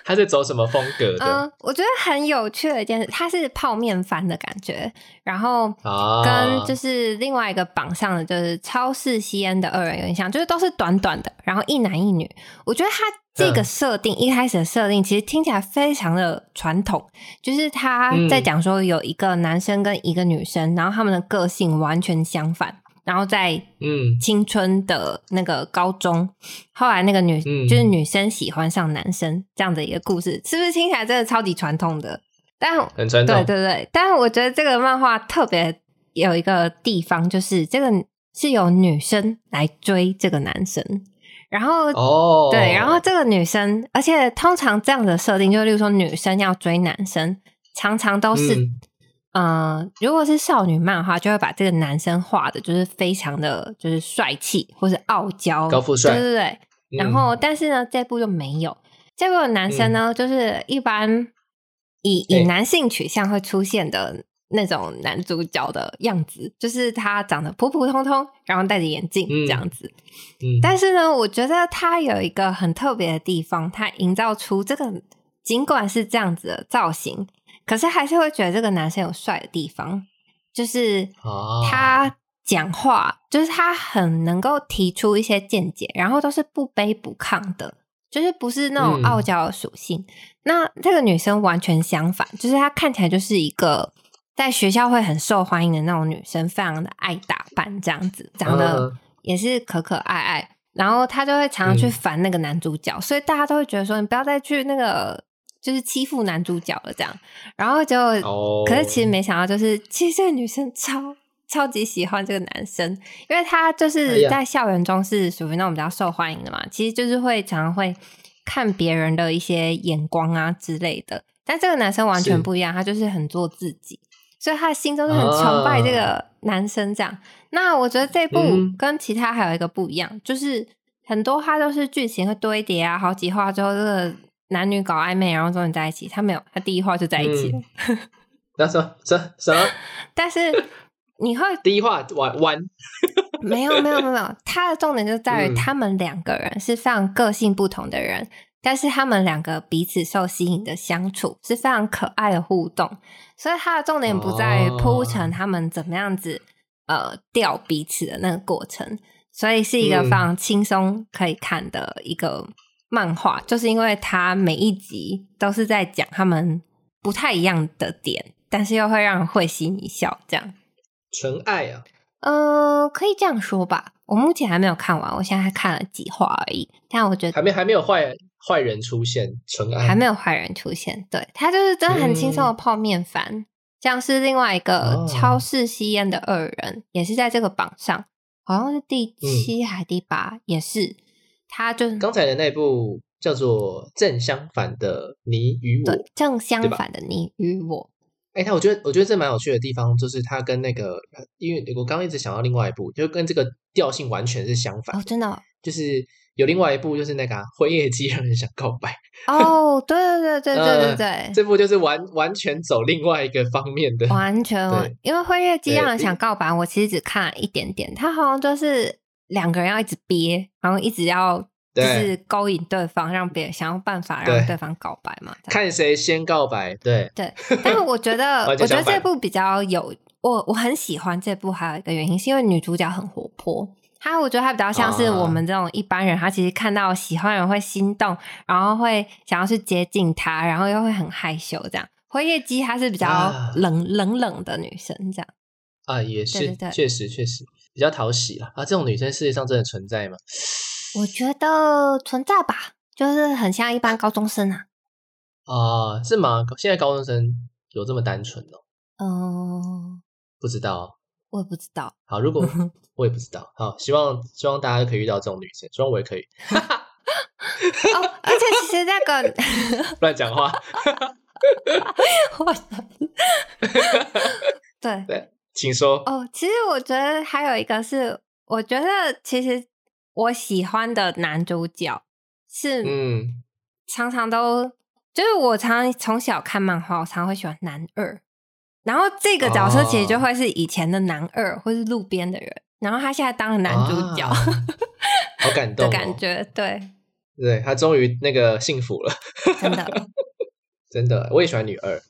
Speaker 1: 他是走什么风格的？
Speaker 2: 嗯，我觉得很有趣的一件事，它是泡面番的感觉，然后
Speaker 1: 啊，
Speaker 2: 跟就是另外一个榜上的就是超市吸烟的二人有点像，就是都是短短的，然后一男一女。我觉得它这个
Speaker 1: 嗯
Speaker 2: 设定、一开始的设定其实听起来非常的传统，就是他在
Speaker 1: 嗯
Speaker 2: 讲说有一个男生跟一个女生，然后他们的个性完全相反，然后在
Speaker 1: 嗯
Speaker 2: 青春的那个高中，后来那个女、
Speaker 1: 嗯
Speaker 2: 就是女生喜欢上男生这样的一个故事，是不是听起来真的超级传统的？但
Speaker 1: 很传
Speaker 2: 对
Speaker 1: 统，
Speaker 2: 对对，但我觉得这个漫画特别有一个地方，就是这个是由女生来追这个男生，然后、
Speaker 1: 哦，
Speaker 2: 对，然后这个女生，而且通常这样的设定，就例如说女生要追男生，常常都是、
Speaker 1: 嗯
Speaker 2: 呃，如果是少女漫画，就会把这个男生画的，就是非常的就是帅气或是傲娇，
Speaker 1: 高富帅
Speaker 2: 对对对。然
Speaker 1: 嗯
Speaker 2: 后，但是呢，这部就没有。这部的男生呢，就是一般以以
Speaker 1: 对
Speaker 2: 男性取向会出现的那种男主角的样子，就是他长得普普通通，然后戴着眼镜
Speaker 1: 嗯
Speaker 2: 这样子。
Speaker 1: 嗯，
Speaker 2: 但是呢，我觉得他有一个很特别的地方，他营造出这个尽管是这样子的造型，可是还是会觉得这个男生有帅的地方，就是
Speaker 1: 啊
Speaker 2: 他讲话，就是他很能够提出一些见解，然后都是不卑不亢的，就是不是那
Speaker 1: 嗯
Speaker 2: 种傲娇的属性。那这个女生完全相反，就是她看起来就是一个。在学校会很受欢迎的那种女生，非常的爱打扮，这样子，长得
Speaker 1: 嗯
Speaker 2: 也是可可爱爱，然后她就会常常去烦那个男主角，所以大家都会觉得说你不要再去那个就是欺负男主角了这样，然后就、
Speaker 1: 哦，
Speaker 2: 可是其实没想到就是其实这个女生超超级喜欢这个男生，因为他就
Speaker 1: 哎
Speaker 2: 是
Speaker 1: 呀
Speaker 2: 在校园中是属于那种比较受欢迎的嘛，其实就是会常常会看别人的一些眼光啊之类的，但这个男生完全
Speaker 1: 是
Speaker 2: 不一样，他就是很做自己。所以他的心中就很崇拜这个男生这样，那我觉得这部
Speaker 1: 啊嗯
Speaker 2: 跟其他还有一个不一样，就是很多它都是剧情会堆叠啊，好几话之后，这个男女搞暧昧，然后终于在一起。他没有，他第一话就在一起
Speaker 1: 嗯
Speaker 2: 了，
Speaker 1: 那什么什什么
Speaker 2: 但是 你会
Speaker 1: 第一话玩玩，
Speaker 2: 没有没有没有没有，它的重点就在于
Speaker 1: 嗯
Speaker 2: 他们两个人是非常个性不同的人，但是他们两个彼此受吸引的相处是非常可爱的互动，所以它的重点不在于铺
Speaker 1: 哦
Speaker 2: 陈他们怎么样子、呃掉彼此的那个过程，所以是一个
Speaker 1: 嗯
Speaker 2: 非常轻松可以看的一个漫画，就是因为它每一集都是在讲他们不太一样的点，但是又会让人会心一笑这样。
Speaker 1: 纯爱啊，
Speaker 2: 嗯，可以这样说吧。我目前还没有看完，我现在还看了几话而已。但我觉
Speaker 1: 还
Speaker 2: 得
Speaker 1: 没还没有坏坏人出现，纯爱
Speaker 2: 呃还没有坏人出现。对，它就是真的很轻松的泡面番。这样是另外一个
Speaker 1: 嗯哦
Speaker 2: 超市吸烟的二人，也是在这个榜上，好像是第七还第八，也是。他就是
Speaker 1: 嗯刚才的那部叫做《正相反的你与我》
Speaker 2: 对。正相
Speaker 1: 对吧
Speaker 2: 反的你与我，
Speaker 1: 哎，那我觉得我觉得这蛮有趣的地方，就是它跟那个，呃因为我刚刚一直想到另外一部，就跟这个调性完全是相反
Speaker 2: 哦，
Speaker 1: 的，
Speaker 2: 真的哦
Speaker 1: 就是有另外一部就是那个、啊《辉夜姬让人想告 白》，
Speaker 2: 哦，对对对对对对
Speaker 1: 呃
Speaker 2: 对，
Speaker 1: 这部就是完完全走另外一个方面 的，
Speaker 2: 完全哦
Speaker 1: 对，
Speaker 2: 因为《辉夜姬
Speaker 1: 对嗯
Speaker 2: 让人想告白》，我其实只看了一点点，他好像就是两个人要一直憋，然后一直要就是
Speaker 1: 对
Speaker 2: 勾引对方，让别人想要办法
Speaker 1: 对
Speaker 2: 让对方告白嘛。这样
Speaker 1: 看谁先告白，对，
Speaker 2: 对，但 是我觉得，我
Speaker 1: 完全
Speaker 2: 觉
Speaker 1: 相
Speaker 2: 得
Speaker 1: 反
Speaker 2: 这部比较有我我很喜欢这部，还有一个原因是因为女主角很活泼。她我觉得她比较像是
Speaker 1: 啊
Speaker 2: 我们这种一般人，她其实看到喜欢的人会心动，然后会想要去接近他，然后又会很害羞这样。辉夜姬她是比较
Speaker 1: 啊
Speaker 2: 冷、冷冷的女生这样。
Speaker 1: 啊，也是，
Speaker 2: 对对
Speaker 1: 确实确实比较讨喜啦。啊，这种女生世界上真的存在吗？
Speaker 2: 我觉得存在吧，就是很像一般高中生啊。
Speaker 1: 啊，是吗？现在高中生有这么单纯哦？
Speaker 2: 嗯、
Speaker 1: 不知道。哦
Speaker 2: 我也不知道。
Speaker 1: 好，如果我也不知道。好，希望希望大家可以遇到这种女生，希望我也可以
Speaker 2: 哦，而且其实那个，
Speaker 1: 乱讲话。
Speaker 2: 我 想对
Speaker 1: 请说。
Speaker 2: 哦，其实我觉得还有一个是，我觉得其实我喜欢的男主角是
Speaker 1: 嗯，
Speaker 2: 常常都，就是我常常从小看漫画，我常常会喜欢男二。然后这个角色其实就
Speaker 1: 哦
Speaker 2: 会是以前的男二，或是路边的人，然后他现在当了男主角、
Speaker 1: 啊好感动、
Speaker 2: 的
Speaker 1: 哦。
Speaker 2: 感觉，对。
Speaker 1: 对他终于那个幸福了，
Speaker 2: 真 的，
Speaker 1: 真的，我也喜欢女二，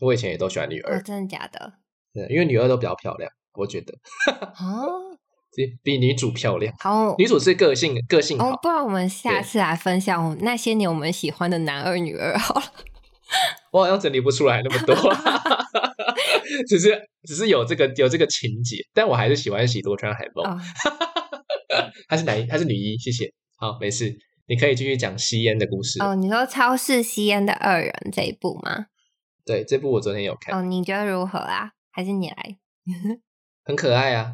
Speaker 1: 我以前也都喜欢女
Speaker 2: 哦，
Speaker 1: 二，
Speaker 2: 真的 假的？
Speaker 1: 对因为女二都比较漂亮，我觉得啊
Speaker 2: 哦，
Speaker 1: 比比女主漂亮，
Speaker 2: 好哦
Speaker 1: 女主是个性个性好
Speaker 2: 哦，，不然我们下次来分享我们那些年我们喜欢的男二女二好了。
Speaker 1: 我好像整理不出来那么多， 只是只是有这个有这个情节，但我还是喜欢喜多川海梦，
Speaker 2: 哦，
Speaker 1: 他是男一，他是女一，谢谢，好，没事，你可以继续讲吸烟的故事，
Speaker 2: 哦，你说超市吸烟的二人这一部吗？
Speaker 1: 对，这部我昨天有看，
Speaker 2: 哦，你觉得如何啊？还是你来？
Speaker 1: 很可爱啊，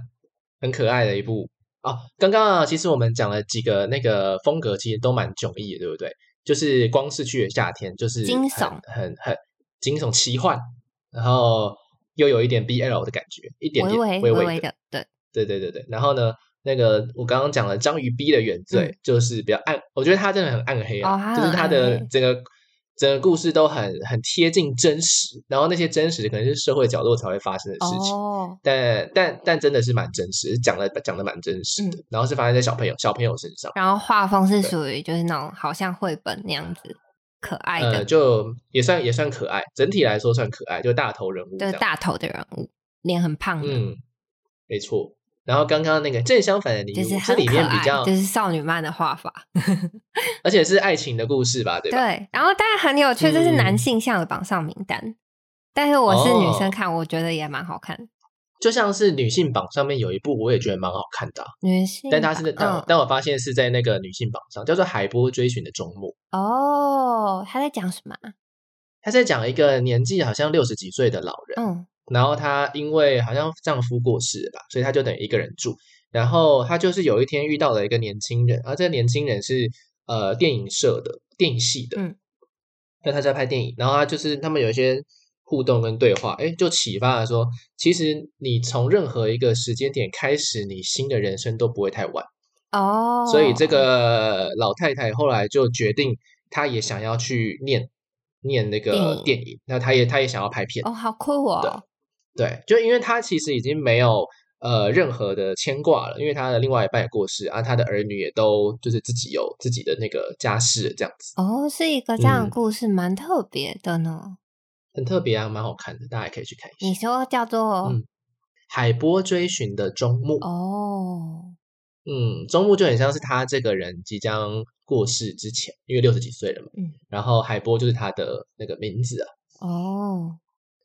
Speaker 1: 很可爱的一部啊。刚刚啊，其实我们讲了几个那个风格，其实都蛮迥异的，对不对？就是《光逝去的夏天》，就是
Speaker 2: 惊
Speaker 1: 很
Speaker 2: 悚
Speaker 1: 很很惊悚奇幻，然后又有一点 BL 的感觉，一点
Speaker 2: 微
Speaker 1: 点
Speaker 2: 微
Speaker 1: 微
Speaker 2: 微
Speaker 1: 微
Speaker 2: 微的，对，
Speaker 1: 对对对对，然后呢，那个我刚刚讲了章鱼 B 的原罪，
Speaker 2: 嗯
Speaker 1: 就是比较暗，我觉得他真的很暗黑啊，
Speaker 2: 哦它
Speaker 1: 就是
Speaker 2: 很
Speaker 1: 他
Speaker 2: 暗
Speaker 1: 的
Speaker 2: 黑
Speaker 1: 整个整个故事都很很贴近真实，然后那些真实可能是社会角落才会发生的事情。
Speaker 2: 哦，
Speaker 1: 但但但真的是蛮真实，讲的讲的蛮真实的，
Speaker 2: 嗯
Speaker 1: 然后是发生在小朋友小朋友身上，
Speaker 2: 然后画风是
Speaker 1: 对
Speaker 2: 属于就是那种好像绘本那样子，可爱
Speaker 1: 呃，
Speaker 2: 的，
Speaker 1: 就也算也算可爱，整体来说算可爱，就大头人物这
Speaker 2: 就是
Speaker 1: 样，
Speaker 2: 大头的人物，脸很胖的，
Speaker 1: 嗯，没错。然后刚刚那个正相反的礼
Speaker 2: 就是
Speaker 1: 物，
Speaker 2: 很
Speaker 1: 这里
Speaker 2: 可
Speaker 1: 面
Speaker 2: 爱
Speaker 1: 比，较
Speaker 2: 就，是少女漫的画法。
Speaker 1: 而且是爱情的故事吧，对吧？
Speaker 2: 对，然后当然很有趣，这是
Speaker 1: 嗯
Speaker 2: 男性向的榜上名单，但是我是女
Speaker 1: 哦
Speaker 2: 生看，我觉得也蛮好看。
Speaker 1: 就像是女性榜上面有一部，我也觉得蛮好看的啊、
Speaker 2: 女性
Speaker 1: 但
Speaker 2: 版，
Speaker 1: 它是那但我、
Speaker 2: 嗯
Speaker 1: 但我发现是在那个女性榜上，叫做《海波追寻的终末》，
Speaker 2: 哦，他在讲什么啊？
Speaker 1: 他在讲一个年纪好像六十几岁的老人。
Speaker 2: 嗯，
Speaker 1: 然后她因为好像丈夫过世了吧，所以她就等于一个人住。然后她就是有一天遇到了一个年轻人，而这个年轻人是呃电影社的电影系的，
Speaker 2: 嗯，
Speaker 1: 那他在拍电影，然后他就是他们有一些互动跟对话，哎，就启发了说，其实你从任何一个时间点开始，你新的人生都不会太晚。
Speaker 2: 哦，
Speaker 1: 所以这个老太太后来就决定，她也想要去念念那个
Speaker 2: 电影
Speaker 1: 电影，那她也她也想要拍片。
Speaker 2: 哦，好酷哦，
Speaker 1: 对，就因为他其实已经没有呃任何的牵挂了，因为他的另外一半也过世啊，他的儿女也都就是自己有自己的那个家室了这样子，
Speaker 2: 哦，是一个这
Speaker 1: 嗯
Speaker 2: 样的故事，蛮特别的呢。
Speaker 1: 很特别啊，蛮好看的，大家也可以去看一
Speaker 2: 你
Speaker 1: 下。
Speaker 2: 说叫做
Speaker 1: 嗯海波追寻的终幕，
Speaker 2: 哦，
Speaker 1: 嗯，终幕就很像是他这个人即将过世之前，因为六十几岁了嘛，
Speaker 2: 嗯，
Speaker 1: 然后海波就是他的那个名字啊，
Speaker 2: 哦，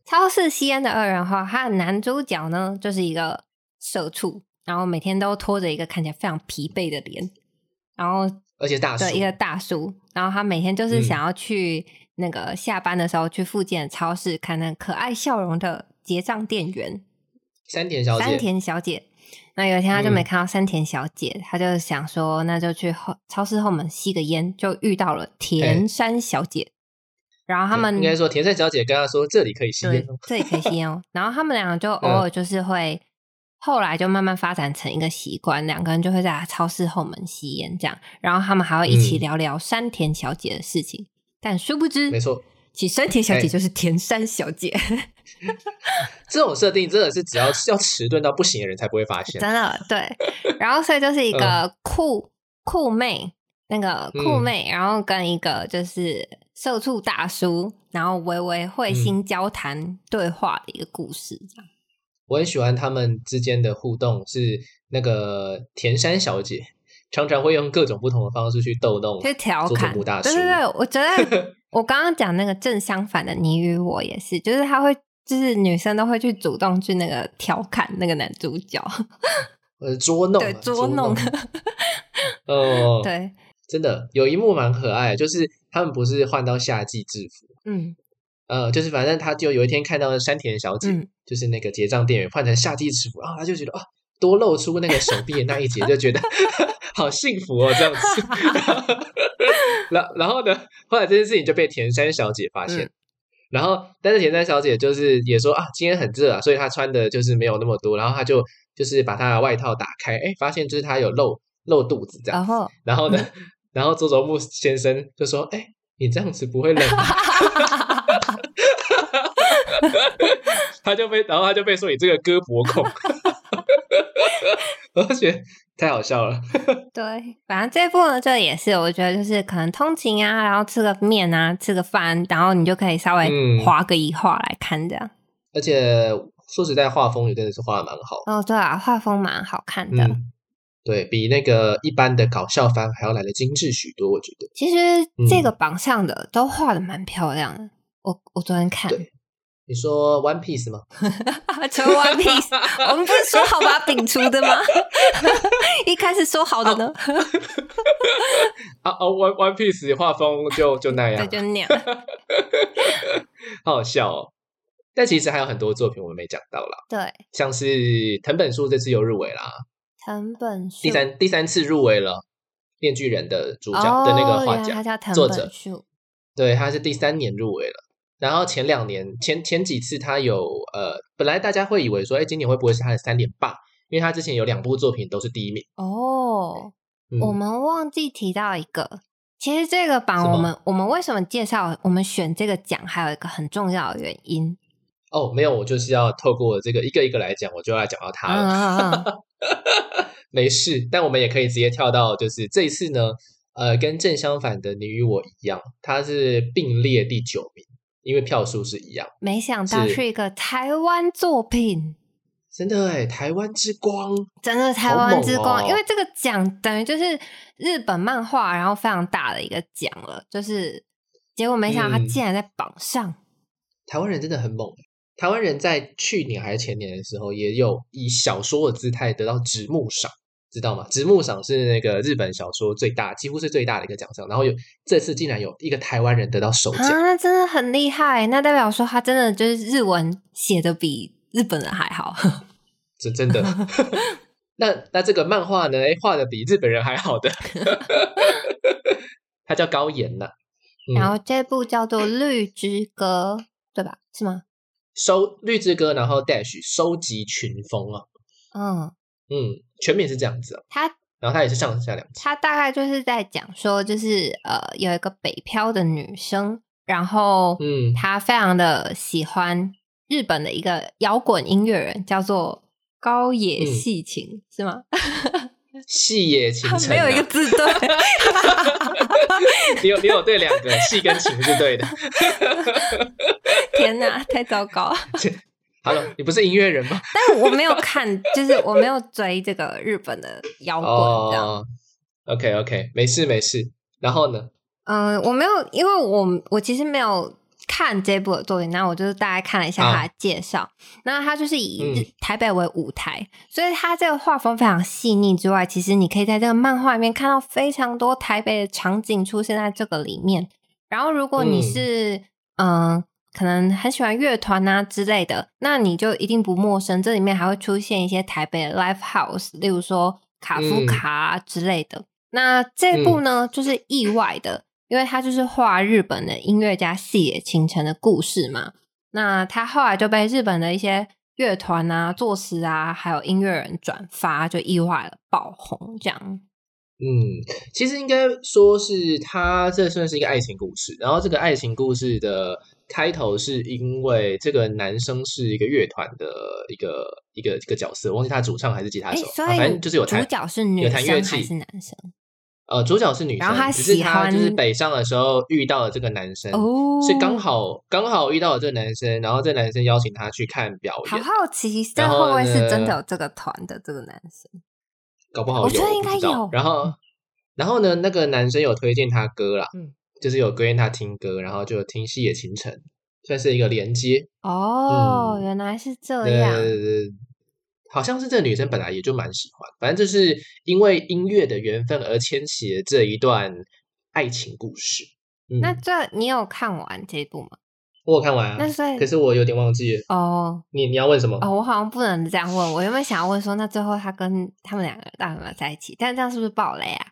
Speaker 2: 超市吸烟的二人话，他的男主角呢就是一个社畜，然后每天都拖着一个看起来非常疲惫的脸，然后
Speaker 1: 而且大叔
Speaker 2: 对一个大叔，然后他每天就是
Speaker 1: 嗯
Speaker 2: 想要去那个下班的时候去附近的超市看那可爱笑容的结账店员
Speaker 1: 山田小
Speaker 2: 山
Speaker 1: 姐，
Speaker 2: 田小姐。那有一天，他就没
Speaker 1: 嗯
Speaker 2: 看到山田小姐，他就想说，那就去后超市后门吸个烟，就遇到了田山小姐。然后他
Speaker 1: 对
Speaker 2: 们
Speaker 1: 哎应该说田山小姐跟他说这里可以吸
Speaker 2: 对，
Speaker 1: 烟哦，
Speaker 2: 这也可以吸烟哦。然后他们两 个就
Speaker 1: 嗯
Speaker 2: 偶尔就是会，后来就慢慢发展成一个习惯，两个人就会在超市后门吸烟这样。然后他们还会一起
Speaker 1: 嗯
Speaker 2: 聊聊山田小姐的事情，但殊不知，
Speaker 1: 没错，
Speaker 2: 其实山田小
Speaker 1: 哎
Speaker 2: 姐就是田山小姐，
Speaker 1: 这种设定真的是只要要迟钝到不行的人才不会发现
Speaker 2: 真。的对。然后所以就是一个酷、酷妹，那个酷
Speaker 1: 嗯
Speaker 2: 妹，然后跟一个就是社畜大叔，然后微微会
Speaker 1: 嗯
Speaker 2: 心交谈对话的一个故事，这样。
Speaker 1: 我很喜欢他们之间的互动，是那个田山小姐常常会用各种不同的方式去逗弄
Speaker 2: 就是调
Speaker 1: 佐佐
Speaker 2: 侃，
Speaker 1: 木大
Speaker 2: 对对
Speaker 1: 叔
Speaker 2: 对，我觉得 我刚刚讲那个正相反的你与我也是，就是他会，就是女生都会去主动去那个调侃那个男主角，
Speaker 1: 呃捉弄啊、 啊
Speaker 2: 对，
Speaker 1: 捉
Speaker 2: 捉弄，
Speaker 1: 哦，，
Speaker 2: 对，
Speaker 1: 真的有一幕蛮可爱的，就是他们不是换到夏季制服，
Speaker 2: 嗯
Speaker 1: 呃，就是反正他就有一天看到山田小姐，
Speaker 2: 嗯，
Speaker 1: 就是那个结账店员换成夏季制服啊，他就觉得啊，多露出那个手臂的那一节，就觉得 好幸福哦，这样子。 然后然后呢，后来这件事情就被田山小姐发现，
Speaker 2: 嗯
Speaker 1: 然后但是田山小姐就是也说啊，今天很热啊，所以她穿的就是没有那么多，然后她就就是把她的外套打开，哎，发现就是她有露露肚子这样，
Speaker 2: 然后
Speaker 1: 然后呢， 然后周周木先生就说，哎，你这样子不会冷吗？ 他就被，然后他就被说你这个胳膊控， 我就觉得太好笑了。
Speaker 2: 对，反正这部呢，这也是我觉得就是可能通勤啊，然后吃个面啊，吃个饭，然后你就可以稍微
Speaker 1: 嗯
Speaker 2: 划个一划来看这样。
Speaker 1: 而且说实在，画风也真的是画的蛮好的，
Speaker 2: 哦，对啊，画风蛮好看的。
Speaker 1: 嗯，对比那个一般的搞笑番还要来的精致许多，我觉得。
Speaker 2: 其实这
Speaker 1: 嗯
Speaker 2: 个榜上的都画的蛮漂亮的。我我昨天看，
Speaker 1: 对你说 One Piece 吗？
Speaker 2: 求 One Piece，我们不是说好把它摒除的吗？ 一开始说好的呢，
Speaker 1: 啊啊，One One Piece 画风就就那
Speaker 2: 对，啊
Speaker 1: 样，
Speaker 2: 就那样。
Speaker 1: 好好笑哦。但其实还有很多作品我们没讲到啦，
Speaker 2: 对，
Speaker 1: 像是藤本树这次又入围啦，
Speaker 2: 藤本树
Speaker 1: 第三第三次入围了《面具人》的主角
Speaker 2: 哦，
Speaker 1: 的那个画
Speaker 2: 原来他
Speaker 1: 家，
Speaker 2: 叫藤
Speaker 1: 作
Speaker 2: 本
Speaker 1: 者
Speaker 2: 树。
Speaker 1: 对，他是第三年入围了。然后前两年前前几次他有呃，本来大家会以为说，哎，今年会不会是他的三连霸？因为他之前有两部作品都是第一名。
Speaker 2: 哦，
Speaker 1: 嗯、
Speaker 2: 我们忘记提到一个，其实这个
Speaker 1: 什
Speaker 2: 榜
Speaker 1: 么
Speaker 2: 我们我们为什么介绍我们选这个奖，还有一个很重要的原因。
Speaker 1: 哦，没有，我就是要透过这个一个一个来讲，我就要讲到他了。
Speaker 2: 嗯嗯嗯，
Speaker 1: 没事，但我们也可以直接跳到，就是这一次呢，呃，跟正相反的你与我一样，他是并列第九名，因为票数是一样。
Speaker 2: 没想 到
Speaker 1: 是
Speaker 2: 是一个台湾作品。
Speaker 1: 真的哎，台湾之光，
Speaker 2: 真的台
Speaker 1: 好
Speaker 2: 湾
Speaker 1: 猛
Speaker 2: 之光，
Speaker 1: 哦
Speaker 2: 因为这个奖等于就是日本漫画，然后非常大的一个奖了，就是结果没想到它
Speaker 1: 嗯
Speaker 2: 竟然在榜上，
Speaker 1: 台湾人真的很猛欸。台湾人在去年还是前年的时候，也有以小说的姿态得到直木赏，知道吗？直木赏是那个日本小说最大，几乎是最大的一个奖项。然后有这次竟然有一个台湾人得到首奖，
Speaker 2: 啊，真的很厉害，那代表说他真的就是日文写的比日本人还好，
Speaker 1: 嗯这真 的。那那这个漫画呢？哎，画的比日本人还好 的，他叫高岩呐、嗯
Speaker 2: 然后这部叫做《绿之歌》，对吧？是吗？
Speaker 1: 收绿之歌，然后 dash 收集群峰啊，
Speaker 2: 嗯，
Speaker 1: 嗯，全名是这样子啊。
Speaker 2: 他
Speaker 1: 然后他也是上下两集，
Speaker 2: 他大概就是在讲说，就是呃，有一个北漂的女生，然后
Speaker 1: 嗯
Speaker 2: 她非常的喜欢日本的一个摇滚音乐人，叫做高野
Speaker 1: 嗯
Speaker 2: 细情，是吗？
Speaker 1: 细野晴
Speaker 2: 他
Speaker 1: 臣、啊、
Speaker 2: 没有一个字对，
Speaker 1: 你有你有对两个戏跟情是对 的。
Speaker 2: 天哪，太糟糕！
Speaker 1: 好了，你不是音乐人吗？
Speaker 2: 但我没有看，就是我没有追这个日本的摇滚这样。
Speaker 1: 哦，OK OK，没事没事。然后呢？
Speaker 2: 嗯，我没有，因为我我其实没有看这部的作品，那我就是大概看了一下
Speaker 1: 啊
Speaker 2: 它的介绍。那、它就是以
Speaker 1: 嗯
Speaker 2: 日台北为舞台，所以它这个画风非常细腻之外，其实你可以在这个漫画里面看到非常多台北的场景出现在这个里面。然后，如果你
Speaker 1: 嗯
Speaker 2: 是嗯、呃可能很喜欢乐团啊之类的，那你就一定不陌生。这里面还会出现一些台北的 live house，例如说卡夫
Speaker 1: 嗯
Speaker 2: 卡、啊之类的。那这部呢，就是意外的，因为它就是画日本的音乐家细野晴臣的故事嘛。那他后来就被日本的一些乐团啊、作词啊，还有音乐人转发，就意外的爆红。这样，
Speaker 1: 嗯，其实应该说是它这算是一个爱情故事。然后这个爱情故事的开头是因为这个男生是一个乐团的一个一个一个角色，忘记他主唱还是吉他
Speaker 2: 哎、
Speaker 1: 手，
Speaker 2: 所
Speaker 1: 啊反
Speaker 2: 以
Speaker 1: 正就是有
Speaker 2: 主
Speaker 1: 弹。
Speaker 2: 角是女
Speaker 1: 有弹乐
Speaker 2: 生还
Speaker 1: 器
Speaker 2: 是男生？
Speaker 1: 呃，主角是女
Speaker 2: 然后他
Speaker 1: 生，只是
Speaker 2: 喜
Speaker 1: 他就是
Speaker 2: 欢
Speaker 1: 北上的时候遇到了这个男生，
Speaker 2: 哦，
Speaker 1: 是刚好刚好遇到了这个男生，然后这个男生邀请他去看表
Speaker 2: 好
Speaker 1: 演，
Speaker 2: 好奇，这
Speaker 1: 然
Speaker 2: 会
Speaker 1: 后
Speaker 2: 不会是
Speaker 1: 呢
Speaker 2: 真的有这个团的这个男生？
Speaker 1: 搞不好有，
Speaker 2: 我觉得应
Speaker 1: 不
Speaker 2: 该
Speaker 1: 知道
Speaker 2: 有
Speaker 1: 然后，然后呢，那个男生有推荐他歌啦，
Speaker 2: 嗯
Speaker 1: 就是有推荐他听歌，然后就听细野晴臣，算是一个连接。
Speaker 2: 哦，
Speaker 1: 嗯
Speaker 2: 原来是这
Speaker 1: 对
Speaker 2: 样。
Speaker 1: 对对，好像是这个女生本来也就蛮喜欢，反正就是因为音乐的缘分而牵起了这一段爱情故事。嗯，
Speaker 2: 那这你有看完这一部吗？
Speaker 1: 我有看完
Speaker 2: 那
Speaker 1: 啊，
Speaker 2: 所以
Speaker 1: 可是我有点忘记了。
Speaker 2: 哦
Speaker 1: 你你要问什么？
Speaker 2: 哦，我好像不能这样问。我原本想要问说，那最后他跟他们两个到底有没有在一起？但这样是不是暴雷啊？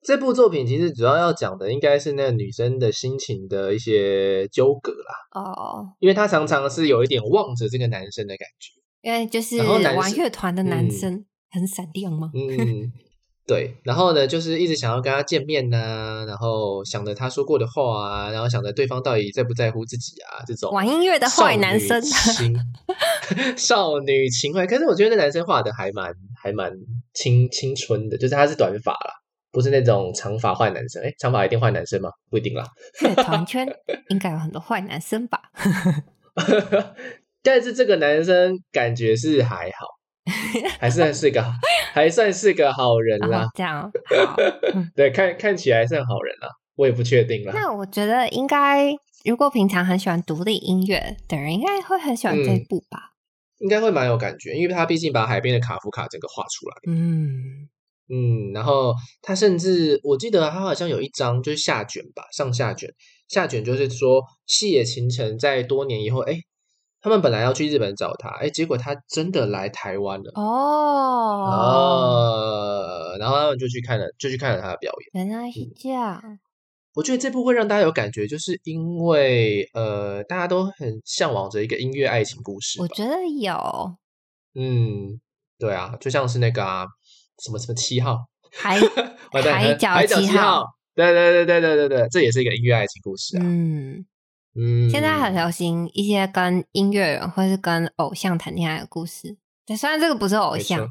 Speaker 1: 这部作品其实主要要讲的应该是那个女生的心情的一些纠葛啦，
Speaker 2: 哦，
Speaker 1: 因为她常常是有一点望着这个男生的感觉。
Speaker 2: 因为就是
Speaker 1: 然后男
Speaker 2: 玩
Speaker 1: 生
Speaker 2: 乐团的男
Speaker 1: 嗯
Speaker 2: 生很闪亮吗？
Speaker 1: 嗯，对，然后呢，就是一直想要跟他见面呐、然后想着他说过的话啊，然后想着对方到底在不在乎自己啊，这种
Speaker 2: 玩音乐的坏男生，啊
Speaker 1: 少女情 少女情怀。可是我觉得那男生画的还蛮还蛮青青春的，就是他是短发啦，不是那种长发坏男生。哎，长发一定坏男生吗？不一定啦。
Speaker 2: 乐团圈应该有很多坏男生 吧？
Speaker 1: 但是这个男生感觉是还好，还算是 个还算是个好人啦。
Speaker 2: 哦、这样哦 好，
Speaker 1: 对，看看起来算好人啦，我也不确定啦。
Speaker 2: 那我觉得应该，如果平常很喜欢独立音乐的人，应该会很喜欢这一部吧？
Speaker 1: 应该会蛮有感觉，因为他毕竟把海边的卡夫卡整个画出来。
Speaker 2: 嗯，
Speaker 1: 嗯，然后他甚至我记得他好像有一张就是下卷吧，上下卷，下卷就是说细野晴臣在多年以后，哎，他们本来要去日本找他，哎，结果他真的来台湾了。
Speaker 2: 哦，
Speaker 1: 哦，然后他们就去看了，就去看了他的表演。
Speaker 2: 原来是这样。
Speaker 1: 我觉得这部会让大家有感觉，就是因为呃，大家都很向往着一个音乐爱情故事吧。
Speaker 2: 我觉得有
Speaker 1: 嗯，对啊，就像是那个啊，什么什么七号，
Speaker 2: 还
Speaker 1: 完蛋
Speaker 2: 海角
Speaker 1: 海角
Speaker 2: 七
Speaker 1: 七
Speaker 2: 号
Speaker 1: 号，对对对对对对对，这也是一个音乐爱情故事啊。
Speaker 2: 嗯，
Speaker 1: 嗯，
Speaker 2: 现在很流行一些跟音乐人或是跟偶像谈恋爱的故事。对，虽然这个不是偶
Speaker 1: 没
Speaker 2: 像
Speaker 1: 错，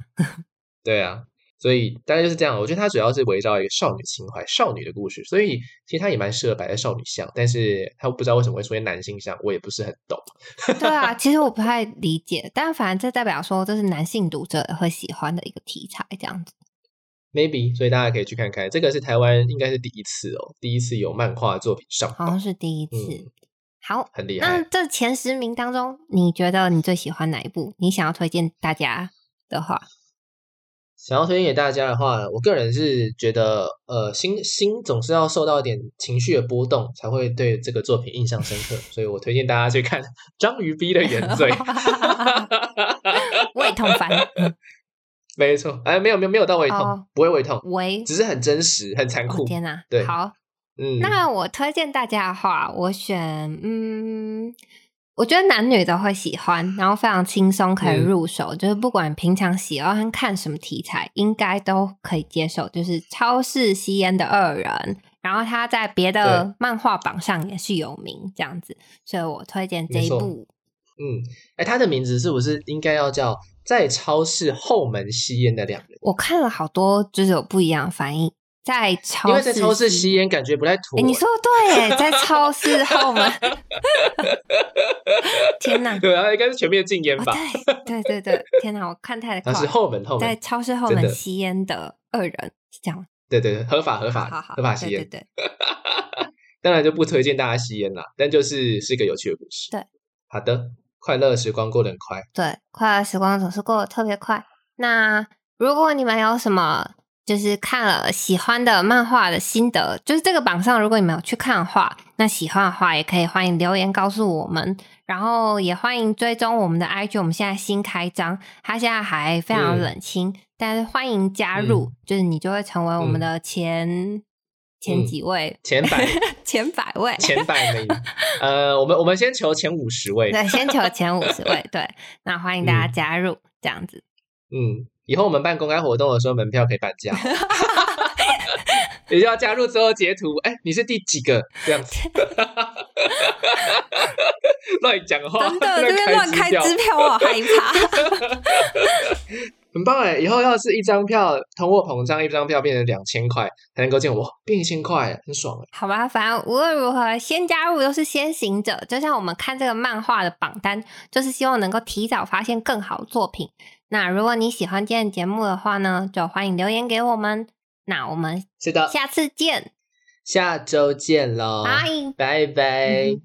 Speaker 1: 对啊，所以大概就是这样。我觉得它主要是围绕一个少女情怀、少女的故事，所以其实它也蛮适合摆在少女像，但是它不知道为什么会出现男性像，我也不是很懂。
Speaker 2: 对 啊，其实我不太理解，但反正这代表说这是男性读者会喜欢的一个题材，这样子。
Speaker 1: maybe，所以大家可以去看看。这个是台湾应该是第一次哦，第一次有漫画作品上
Speaker 2: 好像
Speaker 1: 榜，
Speaker 2: 是第一次。
Speaker 1: 嗯
Speaker 2: 好，
Speaker 1: 很厉
Speaker 2: 那
Speaker 1: 害。
Speaker 2: 这前十名当中，你觉得你最喜欢哪一部？你想要推荐大家 的话，
Speaker 1: 想要推荐给大家的话，我个人是觉得，呃，心心总是要受到一点情绪的波动，才会对这个作品印象深刻。所以我推荐大家去看《章鱼逼的原 罪》
Speaker 2: 胃痛嗯烦
Speaker 1: 没错，哎，没有没有没有到胃痛，
Speaker 2: 哦
Speaker 1: 不会胃痛，
Speaker 2: 喂，
Speaker 1: 只是很真实，很残酷。
Speaker 2: 哦天哪、
Speaker 1: 对
Speaker 2: 好，
Speaker 1: 嗯，
Speaker 2: 那我推荐大家的话，我选嗯，我觉得男女都会喜欢，然后非常轻松可以
Speaker 1: 嗯
Speaker 2: 入手，就是不管平常喜欢看什么题材，应该都可以接受。就是超市吸烟的恶人，然后他在别的
Speaker 1: 对
Speaker 2: 漫画榜上也是有名，这样子，所以我推荐这一
Speaker 1: 没错
Speaker 2: 部。
Speaker 1: 嗯，哎，他的名字是不是应该要叫《在超市后门吸烟的两人
Speaker 2: 我看了好多，就是有不一样的反应，在》？超
Speaker 1: 因为
Speaker 2: 市
Speaker 1: 在超市吸烟感觉不太
Speaker 2: 哎、
Speaker 1: 妥。
Speaker 2: 你说的对耶，在超市 后门。 天哪！
Speaker 1: 对啊，应该是全面禁烟
Speaker 2: 哦，
Speaker 1: 吧？
Speaker 2: 对对对对，天哪，我看太
Speaker 1: 它
Speaker 2: 快
Speaker 1: 是
Speaker 2: 了。
Speaker 1: 后门后
Speaker 2: 在
Speaker 1: 门，
Speaker 2: 超市后
Speaker 1: 真
Speaker 2: 门
Speaker 1: 的
Speaker 2: 吸烟的恶人是这样吗，
Speaker 1: 对对对，合法合
Speaker 2: 好
Speaker 1: 法
Speaker 2: 好，
Speaker 1: 合法吸
Speaker 2: 对对
Speaker 1: 烟，
Speaker 2: 对，
Speaker 1: 当然就不推荐大家吸烟啦，但就是是一个有趣的故事。
Speaker 2: 对，
Speaker 1: 好的，快乐时光过得很快，
Speaker 2: 对，快乐时光总是过得特别快。那如果你们有什么就是看了喜欢的漫画的心得，就是这个榜上，如果你们有去看的话，那喜欢的话也可以欢迎留言告诉我们，然后也欢迎追踪我们的 IG，我们现在新开张，它现在还非常
Speaker 1: 嗯
Speaker 2: 冷清，但是欢迎加入，就是你就会成为我
Speaker 1: 嗯
Speaker 2: 们的前、前
Speaker 1: 嗯
Speaker 2: 几位、
Speaker 1: 前 百
Speaker 2: 前百位，
Speaker 1: 前百名，呃，我们我们先求前五十位，
Speaker 2: 对，先求前五十位， 对，那欢迎大家加入，这样子。
Speaker 1: 嗯，以后我们办公开活动的时候，门票可以半价。哦 也就要加入之后截图，哎、你是第几个这 样子？ 乱讲话，
Speaker 2: 真的，这边乱哦开
Speaker 1: 票
Speaker 2: 支票， 我好害怕。
Speaker 1: 很棒哎！以后要是一张票通货膨胀，一张票变成两千块，才能够见我，变一千块，很爽哎！
Speaker 2: 好吧，反正无论如何，先加入都是先行者。就像我们看这个漫画的榜单，就是希望能够提早发现更好的作品。那如果你喜欢今天的节目的话呢，就欢迎留言给我们。那我们
Speaker 1: 是的，
Speaker 2: 下次见，
Speaker 1: 下周见喽，
Speaker 2: 拜。
Speaker 1: 拜拜。
Speaker 2: 嗯